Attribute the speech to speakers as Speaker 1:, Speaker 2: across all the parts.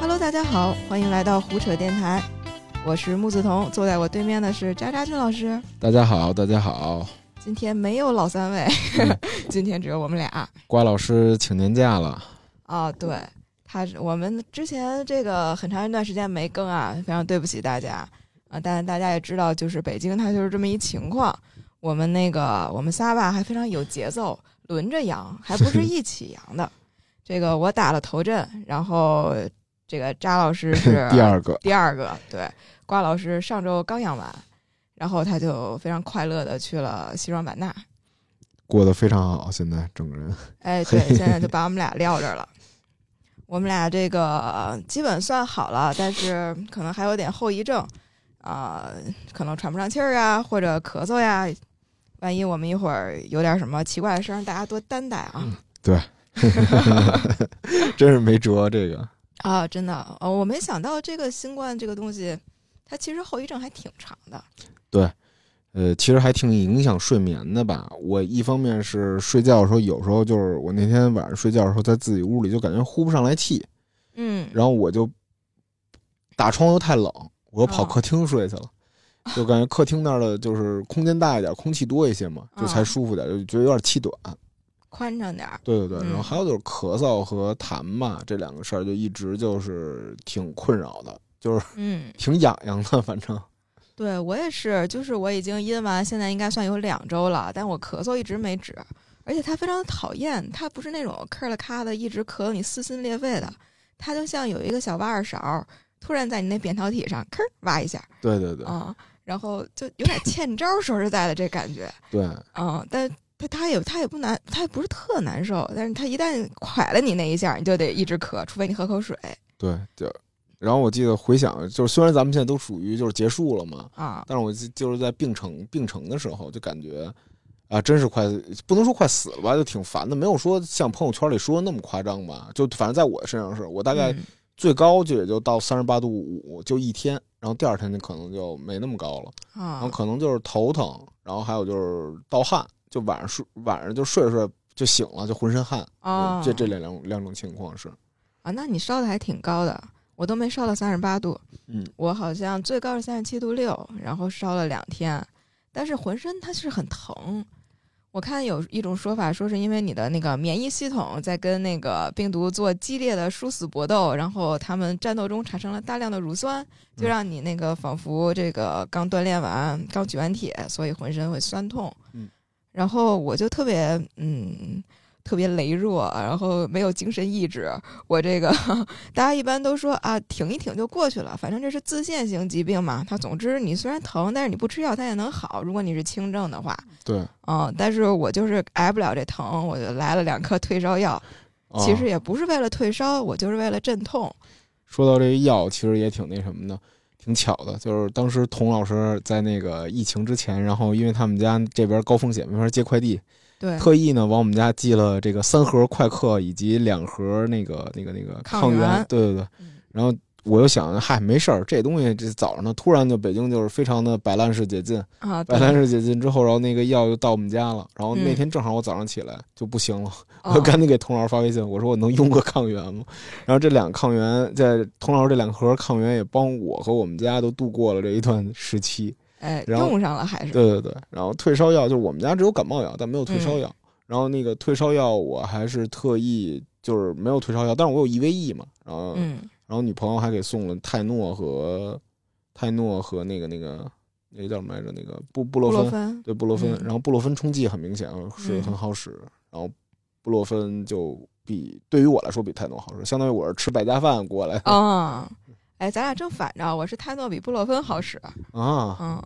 Speaker 1: Hello，大家好，欢迎来到胡扯电台，我是木子彤，坐在我对面的是渣渣俊老师。
Speaker 2: 大家好，大家好，
Speaker 1: 今天没有老三位，
Speaker 2: 嗯
Speaker 1: 今天只有我们俩
Speaker 2: 瓜老师请年假了，
Speaker 1: 啊。对，他是我们之前这个很长一段时间没更啊，非常对不起大家啊。但大家也知道，就是北京它就是这么一情况。我们那个我们仨吧还非常有节奏，轮着阳，还不是一起阳的。这个我打了头阵，然后这个渣老师是
Speaker 2: 第二个
Speaker 1: 第二个，对，瓜老师上周刚养完，然后他就非常快乐的去了西双版纳。
Speaker 2: 过得非常好，现在整个人
Speaker 1: 哎，对，现在就把我们俩撂这儿了。我们俩这个呃基本算好了，但是可能还有点后遗症啊、可能喘不上气儿啊，或者咳嗽呀。万一我们一会儿有点什么奇怪的声儿，大家多担待啊！
Speaker 2: 真是没辙。这个
Speaker 1: 啊，真的，哦，我没想到这个新冠这个东西，它其实后遗症还挺长的。
Speaker 2: 呃，其实还挺影响睡眠的吧。我一方面是睡觉的时候，有时候就是我那天晚上睡觉的时候，在自己屋里就感觉呼不上来气，
Speaker 1: 嗯，
Speaker 2: 然后我就打窗又太冷，我又跑
Speaker 1: 哦
Speaker 2: 客厅睡去了。就感觉客厅那儿的，就是空间大一点，空气多一些嘛，就才
Speaker 1: 嗯
Speaker 2: 舒服点，就觉得有点气短。
Speaker 1: 宽敞点儿。
Speaker 2: 对对对，
Speaker 1: 嗯
Speaker 2: 然后还有就是咳嗽和痰吧，这两个事儿就一直就是挺困扰的，就是
Speaker 1: 嗯，
Speaker 2: 挺痒痒的， 反正
Speaker 1: 对我也是，就是我已经阴完，现在应该算有两周了，但我咳嗽一直没止，而且它非常讨厌，它不是那种咳了咔的一直咳得你撕心裂肺的，它就像有一个小挖耳勺，突然在你那扁桃体上吭儿挖一下
Speaker 2: 对对对、
Speaker 1: 啊、然后就有点欠招儿，说实在的这感觉，
Speaker 2: 对，
Speaker 1: 嗯，但它它也它也不难，它也不是特难受，但是它一旦蒯了你那一下，你就得一直咳，除非你喝口水
Speaker 2: 对就，然后我记得回想，就是虽然咱们现在都属于就是结束了嘛，
Speaker 1: 啊、
Speaker 2: 但是我记就是在病程病程的时候就感觉啊，真是快不能说快死了吧，就挺烦的，没有说像朋友圈里说的那么夸张吧，就反正在我身上是我大概
Speaker 1: 嗯
Speaker 2: 最高就也就到三十八度五，就一天，然后第二天就可能就没那么高了。然
Speaker 1: 啊
Speaker 2: 后可能就是头疼，然后还有就是盗汗，就晚上睡晚上就睡着睡着就醒了，就浑身汗。
Speaker 1: 啊，
Speaker 2: 这这两两两种情况是，
Speaker 1: 啊，那你烧的还挺高的，我都没烧到三十八度，
Speaker 2: 嗯，
Speaker 1: 我好像最高是三十七度六，然后烧了两天，但是浑身它是很疼。我看有一种说法，说是因为你的那个免疫系统在跟那个病毒做激烈的殊死搏斗，然后他们战斗中产生了大量的乳酸，就
Speaker 2: 嗯
Speaker 1: 让你那个仿佛这个刚锻炼完、刚举完铁，所以浑身会酸痛。
Speaker 2: 嗯，
Speaker 1: 然后我就特别嗯特别羸弱，然后没有精神意志，我这个大家一般都说啊，挺一挺就过去了，反正这是自限性疾病嘛。它总之你虽然疼，但是你不吃药它也能好，如果你是轻症的话。
Speaker 2: 对，
Speaker 1: 嗯，但是我就是挨不了这疼，我就来了两颗退烧药。
Speaker 2: 啊
Speaker 1: 其实也不是为了退烧，我就是为了镇痛。
Speaker 2: 说到这个药，其实也挺那什么的，挺巧的，就是当时童老师在那个疫情之前，然后因为他们家这边高风险没法接快递，
Speaker 1: 对，
Speaker 2: 特意呢往我们家寄了这个三盒快克以及两盒那个那个那个
Speaker 1: 抗
Speaker 2: 抗原，
Speaker 1: 原
Speaker 2: 对对对
Speaker 1: 嗯，
Speaker 2: 然后。我又想，嗨，没事儿，这东西这早上呢，突然就北京就是非常的摆烂式解禁，
Speaker 1: 啊，
Speaker 2: 摆烂
Speaker 1: 对，
Speaker 2: 式解禁之后，然后那个药又到我们家了，然后
Speaker 1: 嗯
Speaker 2: 那天正好我早上起来就不行了，
Speaker 1: 哦
Speaker 2: 我赶紧给童老师发微信，我说我能用个抗原吗？然后这两抗原在童老师这两盒抗原也帮我和我们家都度过了这一段时期。
Speaker 1: 哎，
Speaker 2: 然后
Speaker 1: 用上了还是
Speaker 2: 对对对，然后退烧药就是我们家只有感冒药，但没有退
Speaker 1: 嗯
Speaker 2: 烧药。然后那个退烧药我还是特意就是没有退烧药，但是我有 EVE 嘛，然后、
Speaker 1: 嗯
Speaker 2: 然后女朋友还给送了泰诺和泰诺和那个那个那个叫什么来着？那个布布洛
Speaker 1: 布洛
Speaker 2: 芬
Speaker 1: 芬
Speaker 2: 对布洛芬，
Speaker 1: 嗯
Speaker 2: 然后布洛芬冲剂很明显啊是很好使，然后布洛芬就比对于我来说比泰诺好使，相当于我是吃百家饭过来的
Speaker 1: 啊，哎，咱俩正反着，我是泰诺比布洛芬好使。
Speaker 2: 啊，
Speaker 1: 嗯，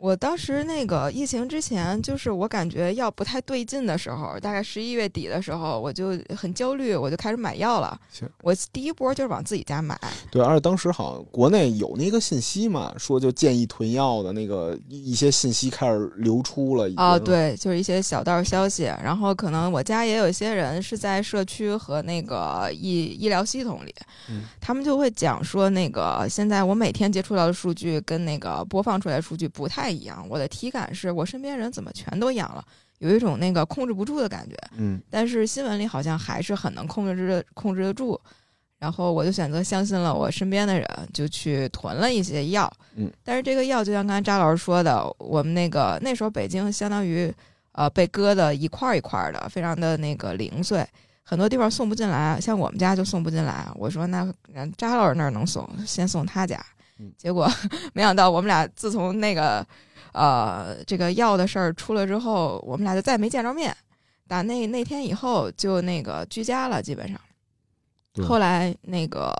Speaker 1: 我当时那个疫情之前，就是我感觉药不太对劲的时候，大概十一月底的时候，我就很焦虑，我就开始买药了
Speaker 2: 是。
Speaker 1: 我第一波就是往自己家买，
Speaker 2: 对，而且当时好像国内有那个信息嘛，说就建议囤药的那个一一些信息开始流出了，已经
Speaker 1: 啊，，对，就是一些小道消息。然后可能我家也有一些人是在社区和那个医医疗系统里，
Speaker 2: 嗯
Speaker 1: 他们就会讲说，那个现在我每天接触到的数据跟那个播放出来的数据不太一样。我的体感是我身边人怎么全都阳了，有一种那个控制不住的感觉。
Speaker 2: 嗯，
Speaker 1: 但是新闻里好像还是很能控制控制得住。然后我就选择相信了我身边的人，就去囤了一些药。
Speaker 2: 嗯，
Speaker 1: 但是这个药就像刚才扎老师说的，我们那个那时候北京相当于呃被割的一块儿一块儿的，非常的那个零碎，很多地方送不进来，啊像我们家就送不进来。啊我说那嗯扎老师那儿能送，先送他家
Speaker 2: 嗯。
Speaker 1: 结果没想到我们俩自从那个呃这个药的事儿出了之后，我们俩就再也没见着面。打那那天以后就那个居家了，基本上。
Speaker 2: 对
Speaker 1: 后来那个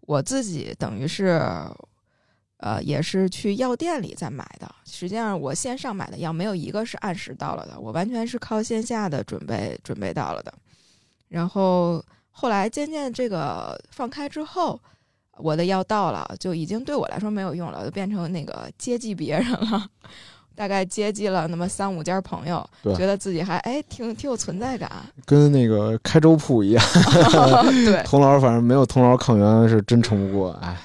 Speaker 1: 我自己等于是，呃，也是去药店里再买的。实际上我线上买的药没有一个是按时到了的，我完全是靠线下的准备准备到了的。然后后来渐渐这个放开之后，我的药到了，就已经对我来说没有用了，就变成那个接济别人了。 大概接济了那么三五家朋友，
Speaker 2: 对
Speaker 1: 觉得自己还哎挺挺有存在 感，
Speaker 2: 跟那个开粥铺一样，
Speaker 1: 对，啊
Speaker 2: 童老反正没有童老抗原是真撑不过，哎，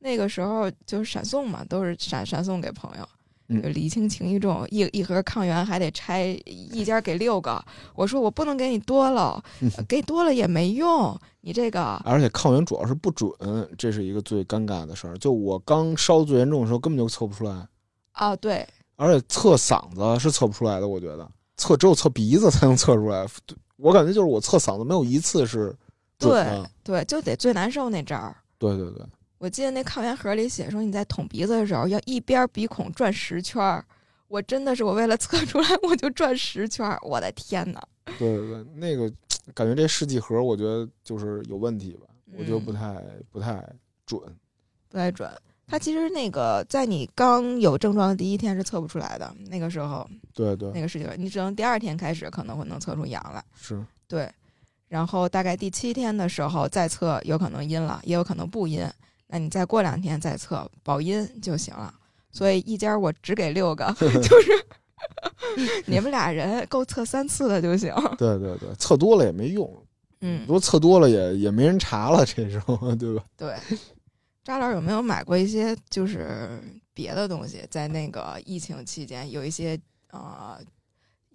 Speaker 1: 那个时候就是闪送嘛，都是闪闪送给朋友，
Speaker 2: 嗯
Speaker 1: 就礼轻情意重，一一盒抗原还得拆一家给六个。我说我不能给你多了，
Speaker 2: 嗯
Speaker 1: 呃给多了也没用，你这个
Speaker 2: 而且抗原主要是不准，这是一个最尴尬的事儿。就我刚烧最严重的时候，根本就测不出来，
Speaker 1: 啊，对，
Speaker 2: 而且测嗓子是测不出来的，我觉得测只有测鼻子才能测出来。我感觉就是我测嗓子没有一次是
Speaker 1: 对
Speaker 2: 准的，
Speaker 1: 对，就得最难受那招儿。
Speaker 2: 对对对，
Speaker 1: 我记得那抗原盒里写说，你在捅鼻子的时候要一边鼻孔转十圈儿。我真的是，我为了测出来，我就转十圈儿。我的天哪！
Speaker 2: 对对对，那个感觉这试剂盒，我觉得就是有问题吧，我觉得
Speaker 1: 嗯
Speaker 2: 不太不太准。
Speaker 1: 不太准。它其实那个在你刚有症状的第一天是测不出来的，那个时候
Speaker 2: 对对
Speaker 1: 那个事情，你只能第二天开始可能会能测出阳来，
Speaker 2: 是，
Speaker 1: 对，然后大概第七天的时候再测，有可能阴了，也有可能不阴，那你再过两天再测保阴就行了。所以一家我只给六个， 就是 你们俩人够测三次的就行。
Speaker 2: 对对对，测多了也没用，
Speaker 1: 嗯
Speaker 2: 如，果测多了也也没人查了，这时候对吧？
Speaker 1: 对。扎老有没有买过一些就是别的东西？在那个疫情期间，有一些呃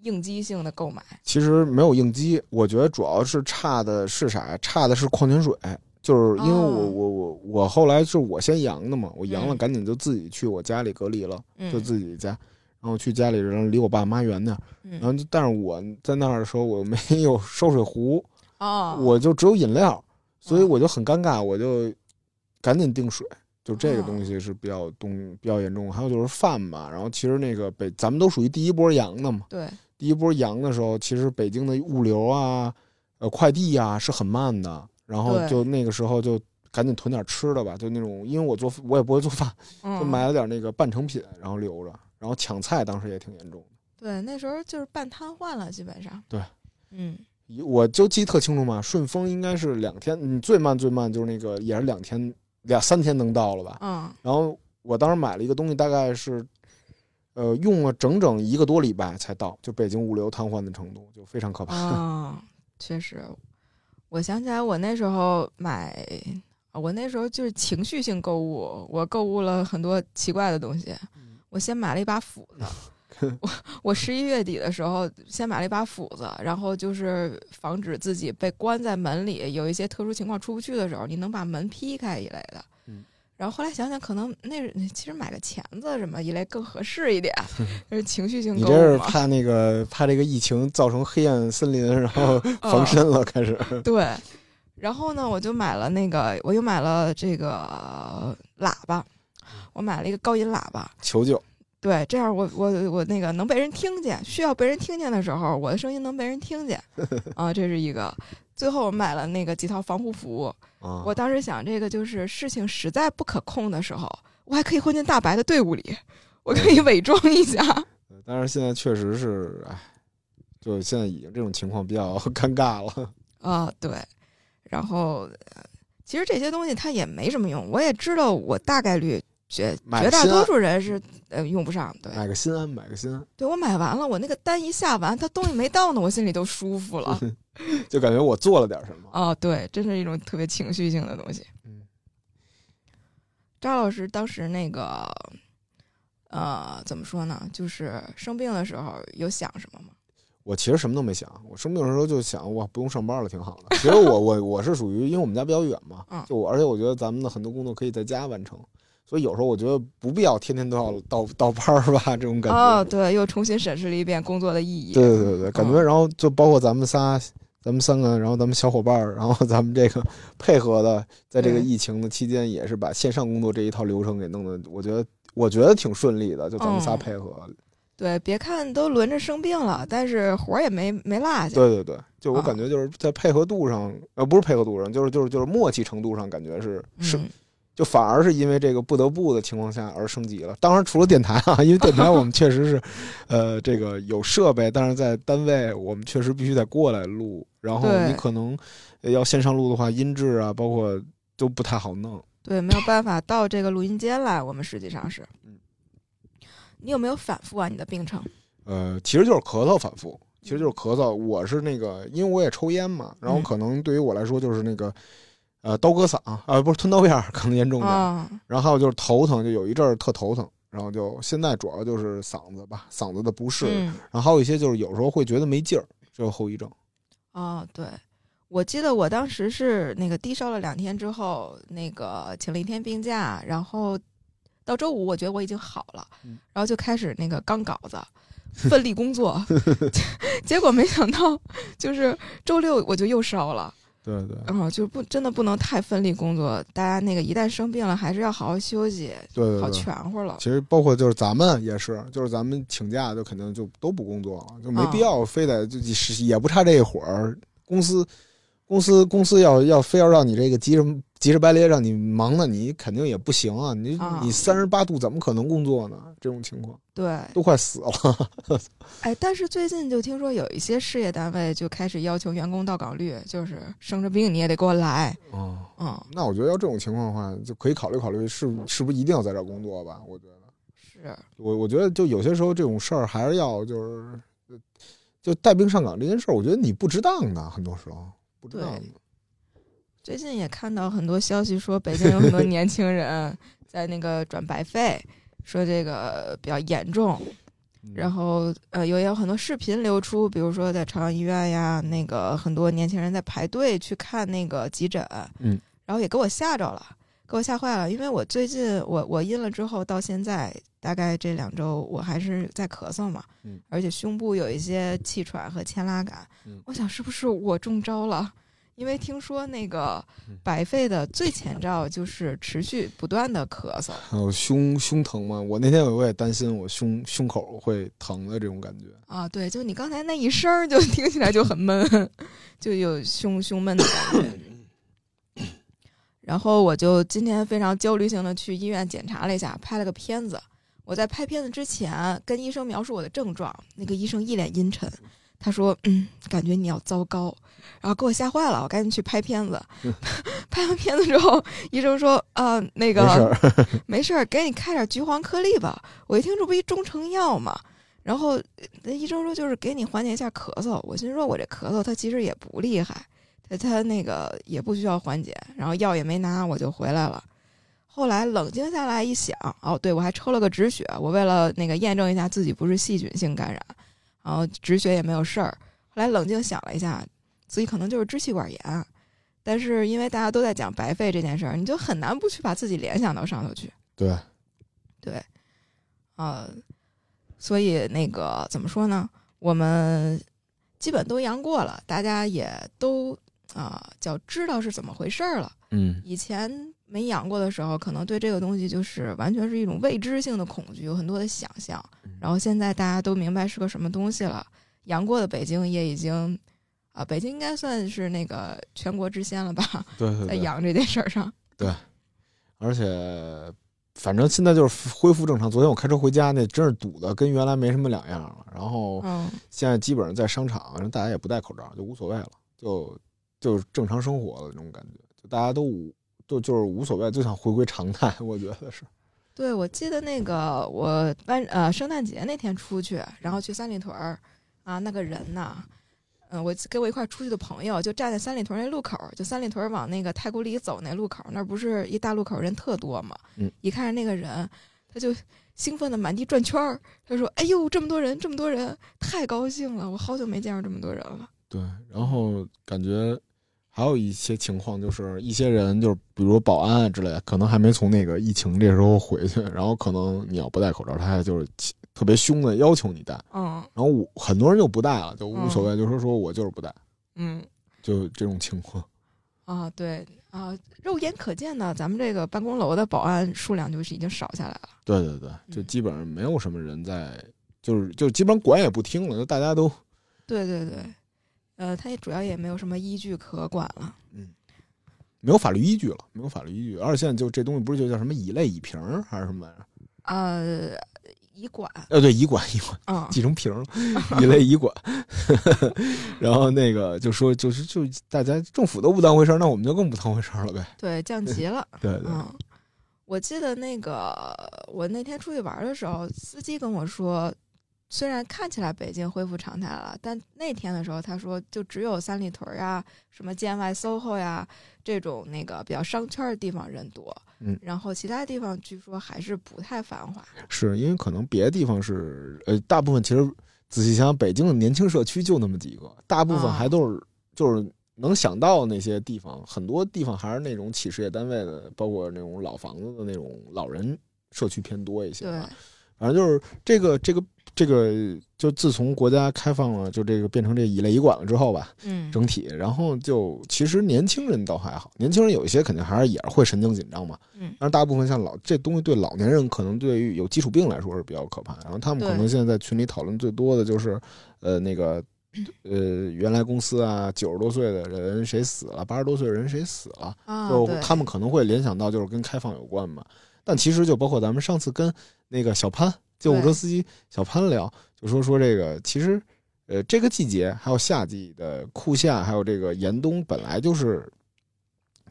Speaker 1: 应激性的购买。
Speaker 2: 其实没有应激，我觉得主要是差的是啥？差的是矿泉水，就是因为我、
Speaker 1: 哦
Speaker 2: 我我我后来是我先阳的嘛，我阳了
Speaker 1: 嗯
Speaker 2: 赶紧就自己去我家里隔离了，
Speaker 1: 嗯，
Speaker 2: 就自己家。然后去家里，然后离我爸妈远点儿。然后
Speaker 1: 嗯
Speaker 2: 就，但是我在那儿的时候，我没有烧水壶，
Speaker 1: 哦，
Speaker 2: 我就只有饮料，所以
Speaker 1: 嗯
Speaker 2: 我就很尴尬，我就赶紧订水。就这个
Speaker 1: 哦
Speaker 2: 东西是比较东比较严重，还有就是饭吧。然后其实那个北，咱们都属于第一波阳的嘛。
Speaker 1: 对，
Speaker 2: 第一波阳的时候，其实北京的物流啊、呃快递啊是很慢的。然后
Speaker 1: 对
Speaker 2: 就那个时候就赶紧囤点吃的吧，就那种，因为我做我也不会做饭，就
Speaker 1: 嗯，
Speaker 2: 买了点那个半成品，然后留着。然后抢菜当时也挺严重的。
Speaker 1: 对，那时候就是半瘫痪了，基本上。
Speaker 2: 对，
Speaker 1: 嗯，
Speaker 2: 我就记得特清楚嘛，顺丰应该是两天，你最慢最慢就是那个也是两天两三天能到了吧？
Speaker 1: 嗯，
Speaker 2: 然后我当时买了一个东西，大概是，呃，用了整整一个多礼拜才到，就北京物流瘫痪的程度，就非常可怕。
Speaker 1: 啊，确实，我想起来，我那时候买，我那时候就是情绪性购物，我购物了很多奇怪的东西。
Speaker 2: 嗯
Speaker 1: 我先买了一把斧 子，我我十一月底的时候先买了一把斧子，然后就是防止自己被关在门里，有一些特殊情况出不去的时候，你能把门劈开一类的
Speaker 2: 嗯。
Speaker 1: 然后后来想想，可能那其实买个钳子什么一类更合适一 点，就是情绪性
Speaker 2: 你
Speaker 1: 购
Speaker 2: 这是
Speaker 1: 物嘛。
Speaker 2: 怕那个怕这个疫情造成黑暗森林，然后
Speaker 1: 嗯
Speaker 2: 防身了，开始。
Speaker 1: 对，然后呢，我就买了那个，我又买了这个喇叭，我买了一个高音喇叭。
Speaker 2: 求救。
Speaker 1: 对，这样我我我那个能被人听见，需要被人听见的时候，我的声音能被人听见啊，这是一个。最后我买了那个几套防护服，
Speaker 2: 啊
Speaker 1: 我当时想，这个就是事情实在不可控的时候，我还可以混进大白的队伍里，我可以伪装一下。
Speaker 2: 但是现在确实是，哎，就现在已经这种情况比较 尴尬了。
Speaker 1: 啊，对，然后呃其实这些东西它也没什么用，我也知道，我大概率绝
Speaker 2: 买
Speaker 1: 绝大
Speaker 2: 新
Speaker 1: 多
Speaker 2: 安
Speaker 1: 数人是呃用不上，对，
Speaker 2: 买个心安，买个心安。。
Speaker 1: 对我买完了，我那个单一下完，它东西没到呢，我心里都舒服了
Speaker 2: 就感觉我做了点什么。
Speaker 1: 啊，对，真是一种特别情绪性的东西。
Speaker 2: 嗯，
Speaker 1: 张老师当时那个，呃，怎么说呢？就是生病的时候有想什么吗？
Speaker 2: 我其实什么都没想，我生病的时候就想，哇，不用上班了，挺好的。其实我我我是属于，因为我们家比较远嘛
Speaker 1: 嗯，
Speaker 2: 就我，而且我觉得咱们的很多工作可以在家完成，所以有时候我觉得不必要天天都要到到班儿吧，这种感觉。
Speaker 1: 哦，对，又重新审视了一遍工作的意义。
Speaker 2: 对对对对，感觉
Speaker 1: 嗯
Speaker 2: 然后就包括咱们仨，咱们三个，然后咱们小伙伴儿，然后咱们这个 配合的，在这个
Speaker 1: 对
Speaker 2: 疫情的期间，也是把线上工作这一套流程给弄的，我觉得我觉得挺顺利的，就咱们仨
Speaker 1: 嗯
Speaker 2: 配合。
Speaker 1: 对，别看都轮着生病了，但是活儿也没没落下。
Speaker 2: 对对对，就我
Speaker 1: 啊
Speaker 2: 感觉就是在配合度上，呃，不是配合度上，就是就是就是默契程度上，感觉是是，
Speaker 1: 嗯
Speaker 2: 就反而是因为这个不得不的情况下而升级了。当然，除了电台啊，因为电台我们确实是，呃，这个有设备，但是在单位我们确实必须得过来录，然后
Speaker 1: 对
Speaker 2: 你可能呃要线上录的话，音质啊，包括都不太好弄。
Speaker 1: 对，没有办法到这个录音间来。我们实际上是
Speaker 2: 嗯，
Speaker 1: 你有没有反复啊？你的病程？
Speaker 2: 呃，其实就是咳嗽反复，其实就是咳嗽。我是那个，因为我也抽烟嘛，然后
Speaker 1: 嗯
Speaker 2: 可能对于我来说就是那个，呃，刀割嗓啊、不是吞刀片儿，可能严重点。
Speaker 1: 啊、
Speaker 2: 然后还有就是头疼，就有一阵儿特头疼，然后就现在主要就是嗓子吧，嗓子的不适，
Speaker 1: 嗯，
Speaker 2: 然后还有一些就是有时候会觉得没劲儿，这有后遗症。
Speaker 1: 哦，对，我记得我当时是那个低烧了两天之后，那个请了一天病假，然后到周五我觉得我已经好了，
Speaker 2: 嗯
Speaker 1: 然后就开始那个刚稿子，奋力工 作，结果没想到就是周六我就又烧了，
Speaker 2: 对对
Speaker 1: 嗯，就不真的不能太奋力工作，大家那个一旦生病了还是要好好休息，
Speaker 2: 对
Speaker 1: 好
Speaker 2: 对对。
Speaker 1: 全乎了，
Speaker 2: 其实包括就是咱们也是，就是咱们请假就肯定就都不工作了，就没
Speaker 1: 啊
Speaker 2: 必要非得就是也不差这一会儿。公司公司公司要要非要让你这个急着急着白咧让你忙呢，你肯定也不行啊！你
Speaker 1: 啊
Speaker 2: 你三十八度怎么可能工作呢？这种情况
Speaker 1: 对，
Speaker 2: 都快死了。
Speaker 1: 哎，但是最近就听说有一些事业单位就开始要求员工到岗率，就是生着病你也得给我来，
Speaker 2: 嗯。
Speaker 1: 嗯。
Speaker 2: 那我觉得要这种情况的话，就可以考虑考虑是是不是一定要在这儿工作吧？我觉得，
Speaker 1: 是，
Speaker 2: 我我觉得就有些时候这种事儿还是要就是，就带病上岗这件事儿，我觉得你不值当的，很多时候不值当的。
Speaker 1: 最近也看到很多消息说，北京有很 多年轻人在那个转白肺，说这个比较严重。
Speaker 2: 嗯
Speaker 1: 然后呃，有也有很多视频流出，比如说在朝阳医院呀，那个很多年轻人在排队去看那个急诊，
Speaker 2: 嗯，
Speaker 1: 然后也给我吓着了，给我吓坏了，因为我最近我我阴了之后到现在大概这两周我还是在咳嗽嘛，
Speaker 2: 嗯
Speaker 1: 而且胸部有一些气喘和牵拉感，
Speaker 2: 嗯
Speaker 1: 我想是不是我中招了？因为听说那个
Speaker 2: 嗯
Speaker 1: 白肺的最前兆就是持续不断的咳嗽，
Speaker 2: 还有胸胸疼吗？我那天我也担心我胸胸口会疼的这种感觉。
Speaker 1: 啊，对，就你刚才那一声儿，就 听起来就很闷，就有胸胸闷的感觉。
Speaker 2: 嗯
Speaker 1: 然后我就今天非常焦虑性的去医院检查了一下，拍了个片子。我在拍片子之前跟医生描述我的症状，那个医生一脸阴沉，他说：“嗯，感觉你要糟糕。”然后给我吓坏了，我赶紧去拍片 子。拍完片子之后，医生说：“啊、那个
Speaker 2: 没事儿，
Speaker 1: 没事儿，给你开点橘黄颗粒吧。我一听这不一中成药嘛，然后呃那医生说就是给你缓解一下咳嗽。我心说我这咳嗽它其实也不厉害，它它那个也不需要缓解，然后药也没拿，我就回来了。后来冷静下来一想，哦，对我还抽了个止血，我为了那个验证一下自己不是细菌性感染，然后止血也没有事儿。后来冷静想了一下，自己可能就是支气管炎。啊但是因为大家都在讲白肺这件事儿，你就很难不去把自己联想到上头去。
Speaker 2: 对，
Speaker 1: 对，呃，所以那个怎么说呢？我们基本都阳过了，大家也都啊、较知道是怎么回事儿了。
Speaker 2: 嗯，
Speaker 1: 以前没阳过的时候，可能对这个东西就是完全是一种未知性的恐惧，有很多的想象。
Speaker 2: 嗯
Speaker 1: 然后现在大家都明白是个什么东西了。阳过的北京也已经啊、北京应该算是那个全国之先了吧，
Speaker 2: 对对
Speaker 1: 在
Speaker 2: 对。
Speaker 1: 阳这件事儿上。
Speaker 2: 而且反正现在就是恢复正常。昨天我开车回家，那真是堵的跟原来没什么两样了。然后
Speaker 1: 嗯，
Speaker 2: 现在基本上在商场，人大家也不戴口罩，就无所谓了，就就是正常生活的那种感觉，就大家都无就就是无所谓，就想回归常态，我觉得是。
Speaker 1: 对，我记得那个我万呃圣诞节那天出去，然后去三里屯儿啊，那个人呐，嗯、我跟我一块儿出去的朋友就站在三里屯儿那路口儿，就三里屯儿往那个太古里走那路口儿，那儿不是一大路口儿人特多嘛，
Speaker 2: 嗯
Speaker 1: 一看着那个人，他就兴奋的满地转圈儿。他说：“哎呦，这么多人，这么多人，太高兴了！我好久没见着这么多人了。
Speaker 2: 对，然后感觉还有一些情况，就是一些人就是比如保安啊之类的，可能还没从那个疫情这时候回去，然后可能你要不戴口罩，他就是特别凶的要求你戴，”
Speaker 1: 嗯
Speaker 2: 然后我很多人就不戴了，就无所谓，就说说我就是不戴，
Speaker 1: 嗯
Speaker 2: 就这种情况。
Speaker 1: 啊，对啊，肉眼可见呢，咱们这个办公楼的保安数量就是已经少下来了。
Speaker 2: 对对对，就基本上没有什么人在，就是就基本上管也不听了，就大家都
Speaker 1: 对对对，呃，他也主要也没有什么依据可管了。
Speaker 2: 没有法律依据了，没有法律依据。而且现在就这东西不是就叫什么乙类乙瓶儿还是什么玩意儿？
Speaker 1: 呃，乙管，
Speaker 2: 呃，对，乙管乙管
Speaker 1: 嗯
Speaker 2: 记成瓶儿了，乙类乙管。 然后那个就说就是就大家政府都不当回事儿，那我们就更不当回事儿了呗。
Speaker 1: 对，降级了。
Speaker 2: 对对，
Speaker 1: 嗯，我记得那个我那天出去玩的时候，司机跟我说，虽然看起来北京恢复常态了，但那天的时候他说，就只有三里屯儿呀、什么建外、SOHO 呀这种那个比较商圈的地方人多，
Speaker 2: 嗯
Speaker 1: 然后其他地方据说还是不太繁华。
Speaker 2: 是因为可能别的地方是呃，大部分其实仔细想想，北京的年轻社区就那么几个，大部分
Speaker 1: 啊
Speaker 2: 还都是、就是能想到那些地方，很多地方还是那种企事业单位的，包括那种老房子的那种老人社区偏多一些
Speaker 1: 对
Speaker 2: 吧。，反正就是这个这个这个，就自从国家开放了，就这个变成这乙类乙管了之后吧，
Speaker 1: 嗯，
Speaker 2: 整体，然后就其实年轻人倒还好，年轻人有一些肯定还是也是会神经紧张嘛，
Speaker 1: 嗯
Speaker 2: 但是大部分像老这东西对老年人可能对于有基础病来说是比较可怕，然后他们可
Speaker 1: 对
Speaker 2: 能现在在群里讨论最多的就是，呃，那个，呃，原来公司啊，九十多岁的人谁死了，八十多岁的人谁死了，
Speaker 1: 啊，
Speaker 2: 就
Speaker 1: 对
Speaker 2: 他们可能会联想到就是跟开放有关嘛，但其实就包括咱们上次跟那个小潘救护车
Speaker 1: 对
Speaker 2: 司机小潘聊，就说说这个其实，呃，这个季节还有夏季的酷夏，还有这个严冬，本来就是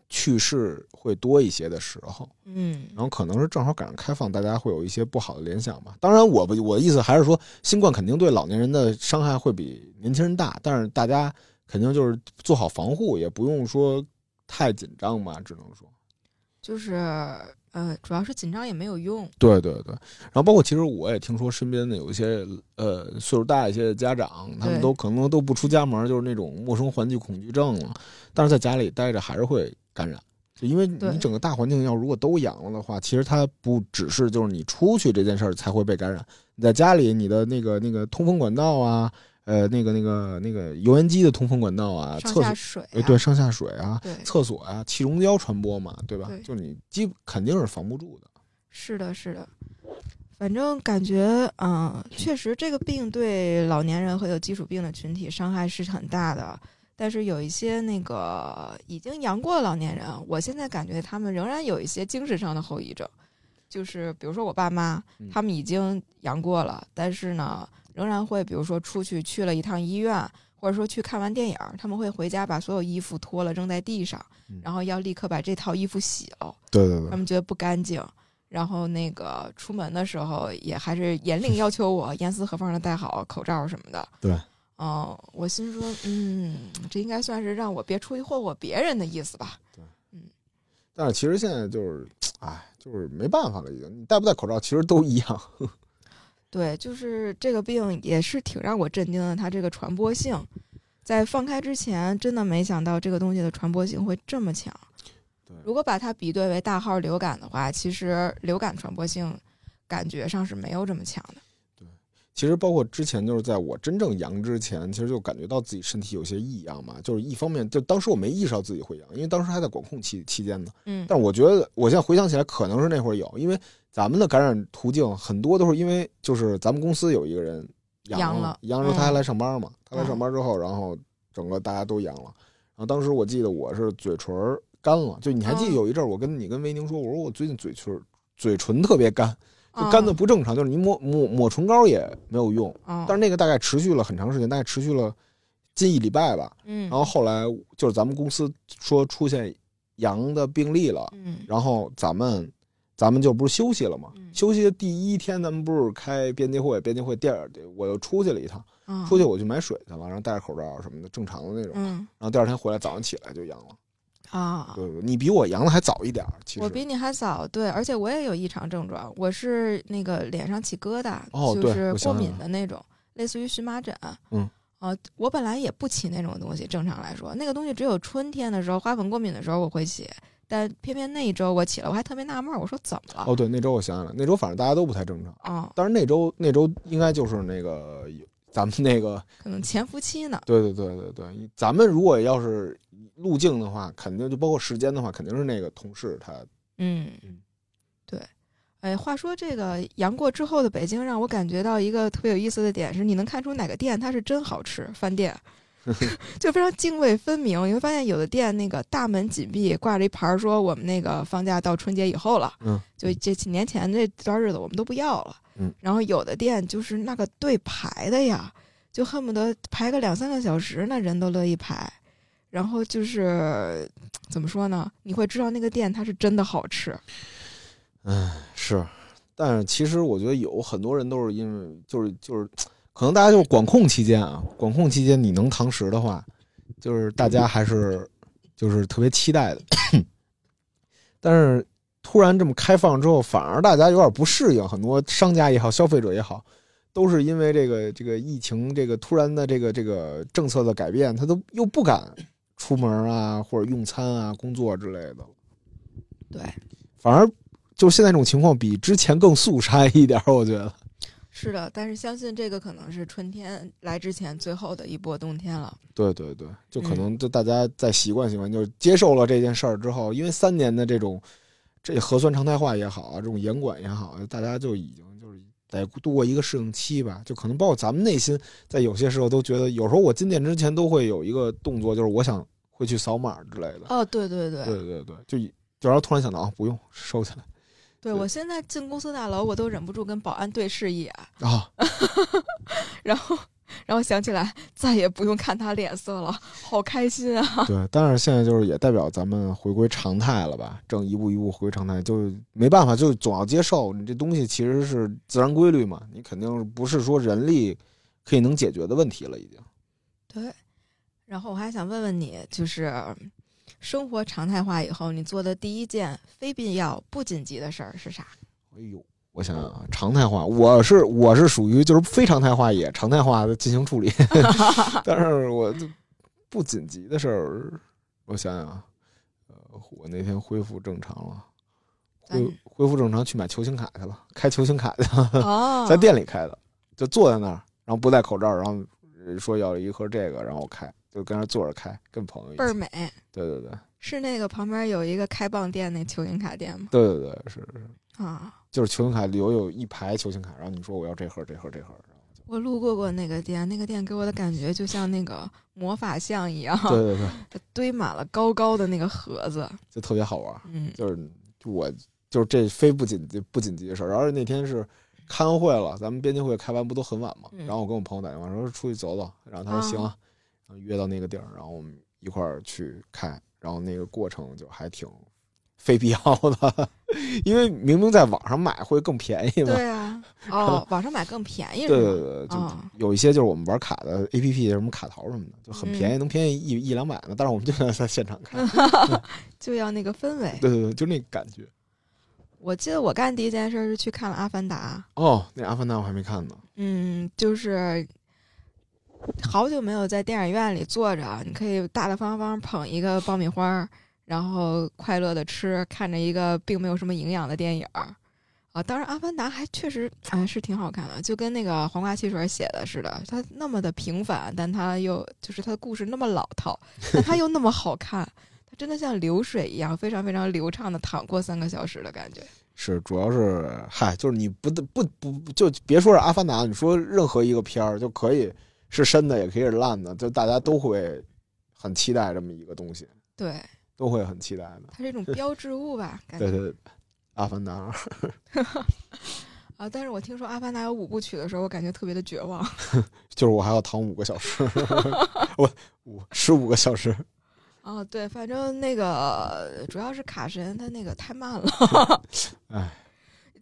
Speaker 2: 去世会多一些的时候，
Speaker 1: 嗯
Speaker 2: 然后可能是正好赶上开放，大家会有一些不好的联想吧。当然我，不我的意思还是说，新冠肯定对老年人的伤害会比年轻人大，但是大家肯定就是做好防护，也不用说太紧张吧，只能说。
Speaker 1: 就是呃，主要是紧张也没有用。
Speaker 2: 对对对，然后包括其实我也听说身边的有一些呃岁数大一些的家长，他们
Speaker 1: 对
Speaker 2: 都可能都不出家门，就是那种陌生环境恐惧症了，但是在家里待着还是会感染，就因为
Speaker 1: 对
Speaker 2: 你整个大环境要如果都阳了的话，其实它不只是就是你出去这件事儿才会被感染，你在家里你的那个那个通风管道啊，呃那个那个那个油烟机的通风管道啊，
Speaker 1: 上
Speaker 2: 厕所
Speaker 1: 下水、
Speaker 2: 呃
Speaker 1: 啊，
Speaker 2: 对上下水啊，
Speaker 1: 对
Speaker 2: 厕所啊，气溶胶传播嘛，对吧？
Speaker 1: 对
Speaker 2: 就你基肯定是防不住的。
Speaker 1: 是的，是的，反正感觉，嗯、确实这个病对老年人和有基础病的群体伤害是很大的。但是有一些那个已经阳过的老年人，我现在感觉他们仍然有一些精神上的后遗症，就是比如说我爸妈
Speaker 2: 嗯，
Speaker 1: 他们已经阳过了，但是呢，仍然会比如说出去去了一趟医院，或者说去看完电影儿，他们会回家把所有衣服脱了扔在地上
Speaker 2: 嗯，
Speaker 1: 然后要立刻把这套衣服洗了。
Speaker 2: 对对对
Speaker 1: 他们觉得不干净。然后那个出门的时候也还是严令要求我严丝合缝的戴好口罩什么的。
Speaker 2: 对
Speaker 1: 嗯、我心说，嗯，这应该算是让我别出去霍霍别人的意思吧。
Speaker 2: 但是其实现在就是，哎，就是没办法了，已经。你戴不戴口罩其实都一样。
Speaker 1: 对，就是这个病也是挺让我震惊的，它这个传播性，在放开之前真的没想到这个东西的传播性会这么强
Speaker 2: 对。
Speaker 1: 如果把它比对为大号流感的话，其实流感传播性感觉上是没有这么强的。
Speaker 2: 其实包括之前就是在我真正阳之前，其实就感觉到自己身体有些异样嘛。就是一方面，就当时我没意识到自己会阳，因为当时还在管控期期间呢。
Speaker 1: 嗯，
Speaker 2: 但是我觉得我现在回想起来，可能是那会儿有，因为咱们的感染途径很多都是因为就是咱们公司有一个人阳
Speaker 1: 阳
Speaker 2: 了
Speaker 1: 了，
Speaker 2: 阳之后他
Speaker 1: 嗯
Speaker 2: 还来上班嘛，他来
Speaker 1: 嗯
Speaker 2: 上班之后，然后整个大家都阳了。然后当时我记得我是嘴唇儿干了，就你还记
Speaker 1: 嗯
Speaker 2: 得有一阵儿我跟你跟维宁说，我说我最近嘴唇儿嘴唇特别干，就
Speaker 1: 嗯
Speaker 2: 干的不正常，就是你抹抹抹唇膏也没有用。
Speaker 1: 嗯，
Speaker 2: 但是那个大概持续了很长时间，大概持续了近一礼拜吧。
Speaker 1: 嗯，
Speaker 2: 然后后来就是咱们公司说出现阳的病例了，
Speaker 1: 嗯
Speaker 2: 然后咱们咱们就不是休息了吗？
Speaker 1: 嗯
Speaker 2: 休息的第一天，咱们不是开编辑会，编辑会第二我又出去了一趟，
Speaker 1: 嗯
Speaker 2: 出去我去买水去了，然后戴着口罩什么的，正常的那种。
Speaker 1: 嗯，
Speaker 2: 然后第二天回来早上起来就阳了。
Speaker 1: 啊，
Speaker 2: 对对，你比我阳的还早一点儿，其
Speaker 1: 我
Speaker 2: 实
Speaker 1: 比你还早，对，而且我也有异常症状，我是那个脸上起疙瘩，
Speaker 2: 哦
Speaker 1: 就
Speaker 2: 对
Speaker 1: 是
Speaker 2: 我
Speaker 1: 过
Speaker 2: 想起
Speaker 1: 敏
Speaker 2: 来
Speaker 1: 的那种，类似于荨麻疹。
Speaker 2: 嗯，
Speaker 1: 啊，我本来也不起那种东西，正常来说，那个东西只有春天的时候，花粉过敏的时候我会起，但偏偏那一周我起了，我还特别纳闷儿，我说怎么了？
Speaker 2: 哦对，那周我想起来了，那周反正大家都不太正常，
Speaker 1: 哦，
Speaker 2: 但是那周那周应该就是那个有咱们那个，
Speaker 1: 可能潜伏期呢。
Speaker 2: 对对对对对，咱们如果要是路径的话，肯定就包括时间的话，肯定是那个同事他
Speaker 1: 嗯
Speaker 2: 嗯，
Speaker 1: 对。哎，话说这个阳过之后的北京，让我感觉到一个特别有意思的点是，你能看出哪个店它是真好吃，饭店就非常泾渭分明。你会发现有的店那个大门紧闭，挂着一牌儿说我们那个放假到春节以后了，
Speaker 2: 嗯，
Speaker 1: 就这几年前这段日子我们都不要了，
Speaker 2: 嗯。
Speaker 1: 然后有的店就是那个队排的呀，就恨不得排个两三个小时，那人都乐意排。然后就是怎么说呢？你会知道那个店它是真的好吃。
Speaker 2: 是，但是其实我觉得有很多人都是因为就是就是，可能大家就是管控期间啊，管控期间你能堂食的话，就是大家还是就是特别期待的， 但是突然这么开放之后，反而大家有点不适应，很多商家也好，消费者也好。都是因为这个这个疫情这个突然的这个这个政策的改变，他都又不敢出门啊，或者用餐啊、工作之类的。
Speaker 1: 对，
Speaker 2: 反而就现在这种情况比之前更肃杀一点儿，我觉得。
Speaker 1: 是的，但是相信这个可能是春天来之前最后的一波冬天了。
Speaker 2: 对对对，就可能就大家再习惯习惯，就是接受了这件事儿之后，因为三年的这种这核酸常态化也好啊，这种严管也好啊，大家就已经就是得度过一个适应期吧。就可能包括咱们内心，在有些时候都觉得，有时候我进店之前都会有一个动作，就是我想会去扫码之类的。
Speaker 1: 哦，对对对，
Speaker 2: 对对对，就就然后突然想到啊，不用收起来。
Speaker 1: 对我现在进公司大楼，我都忍不住跟保安对视一眼，
Speaker 2: 啊，
Speaker 1: 然后。然后想起来，再也不用看他脸色了，好开心啊！
Speaker 2: 对，但是现在就是也代表咱们回归常态了吧？正一步一步回归常态，就没办法，就总要接受。你这东西其实是自然规律嘛，你肯定不是说人力可以能解决的问题了，已经。
Speaker 1: 对，然后我还想问问你，就是生活常态化以后，你做的第一件非必要不紧急的事儿 是啥？
Speaker 2: 哎呦，我想想啊，常态化，我是我是属于就是非常态化也常态化的进行处理， 但是我就不紧急的事儿，我想想啊，呃，我那天恢复正常了，恢
Speaker 1: 咱
Speaker 2: 恢复正常去买球星卡去了，开球星卡去了。
Speaker 1: 哦，
Speaker 2: 在店里开的，就坐在那儿，然后不戴口罩，然后呃说要一盒这个，然后我开，就跟那儿坐着开，跟朋友一
Speaker 1: 倍儿
Speaker 2: 起。
Speaker 1: 美，
Speaker 2: 对对对
Speaker 1: 是那个旁边有一个开蚌店那球星卡店吗？
Speaker 2: 对对对，是是
Speaker 1: 啊，
Speaker 2: 就是球星卡留有一排球星卡，然后你说我要这盒这盒这盒，
Speaker 1: 我路过过那个店，那个店给我的感觉就像那个魔法像一样，
Speaker 2: 对对对，
Speaker 1: 堆满了高高的那个盒子。
Speaker 2: 就特别好玩。
Speaker 1: 嗯，
Speaker 2: 就是我就是这非不紧急不紧急的事儿。然后那天是开完会了，咱们编辑会开完不都很晚嘛？
Speaker 1: 嗯
Speaker 2: 然后我跟我朋友打电话说出去走走，然后他说
Speaker 1: 啊
Speaker 2: 行啊，然后约到那个地儿，然后我们一块儿去开，然后那个过程就还挺非必要的， 因为明明在网上买会更便宜嘛。
Speaker 1: 对 啊，哦，网上买更便宜
Speaker 2: 对
Speaker 1: 是
Speaker 2: 对
Speaker 1: 吗？
Speaker 2: 对，对就
Speaker 1: 啊，
Speaker 2: 有一些就是我们玩卡的 A P P，什么卡淘什么的，就很便宜，能便宜一一两百呢。但是我们就想在现场看，
Speaker 1: 就要那个氛围。
Speaker 2: 对对对，就那感觉。
Speaker 1: 我记得我干第一件事是去看了《阿凡达》。
Speaker 2: 哦，那《阿凡达》我还没看呢。
Speaker 1: 嗯，就是好久没有在电影院里坐着，啊你可以大大方方捧一个爆米花儿，然后快乐的吃，看着一个并没有什么营养的电影儿。啊，当然，《阿凡达》还确实哎是挺好看的，就跟那个黄瓜汽水写的似的，它那么的平凡，但它又就是它的故事那么老套，但它又那么好看，它真的像流水一样，非常非常流畅的淌过三个小时的感觉。
Speaker 2: 是，主要是嗨，就是你不得不不不就别说是《阿凡达》，你说任何一个片儿就可以是深的，也可以是烂的，就大家都会很期待这么一个东西，
Speaker 1: 对，
Speaker 2: 都会很期待的。
Speaker 1: 它是一种标志物吧，感觉
Speaker 2: 对。对对，《阿凡达二》
Speaker 1: 啊，但是我听说《阿凡达》有五部曲的时候，我感觉特别的绝望。
Speaker 2: 就是我还要躺五个小时， 我我十五个小时，
Speaker 1: 哦，对，反正那个主要是卡神他那个太慢了。
Speaker 2: 唉，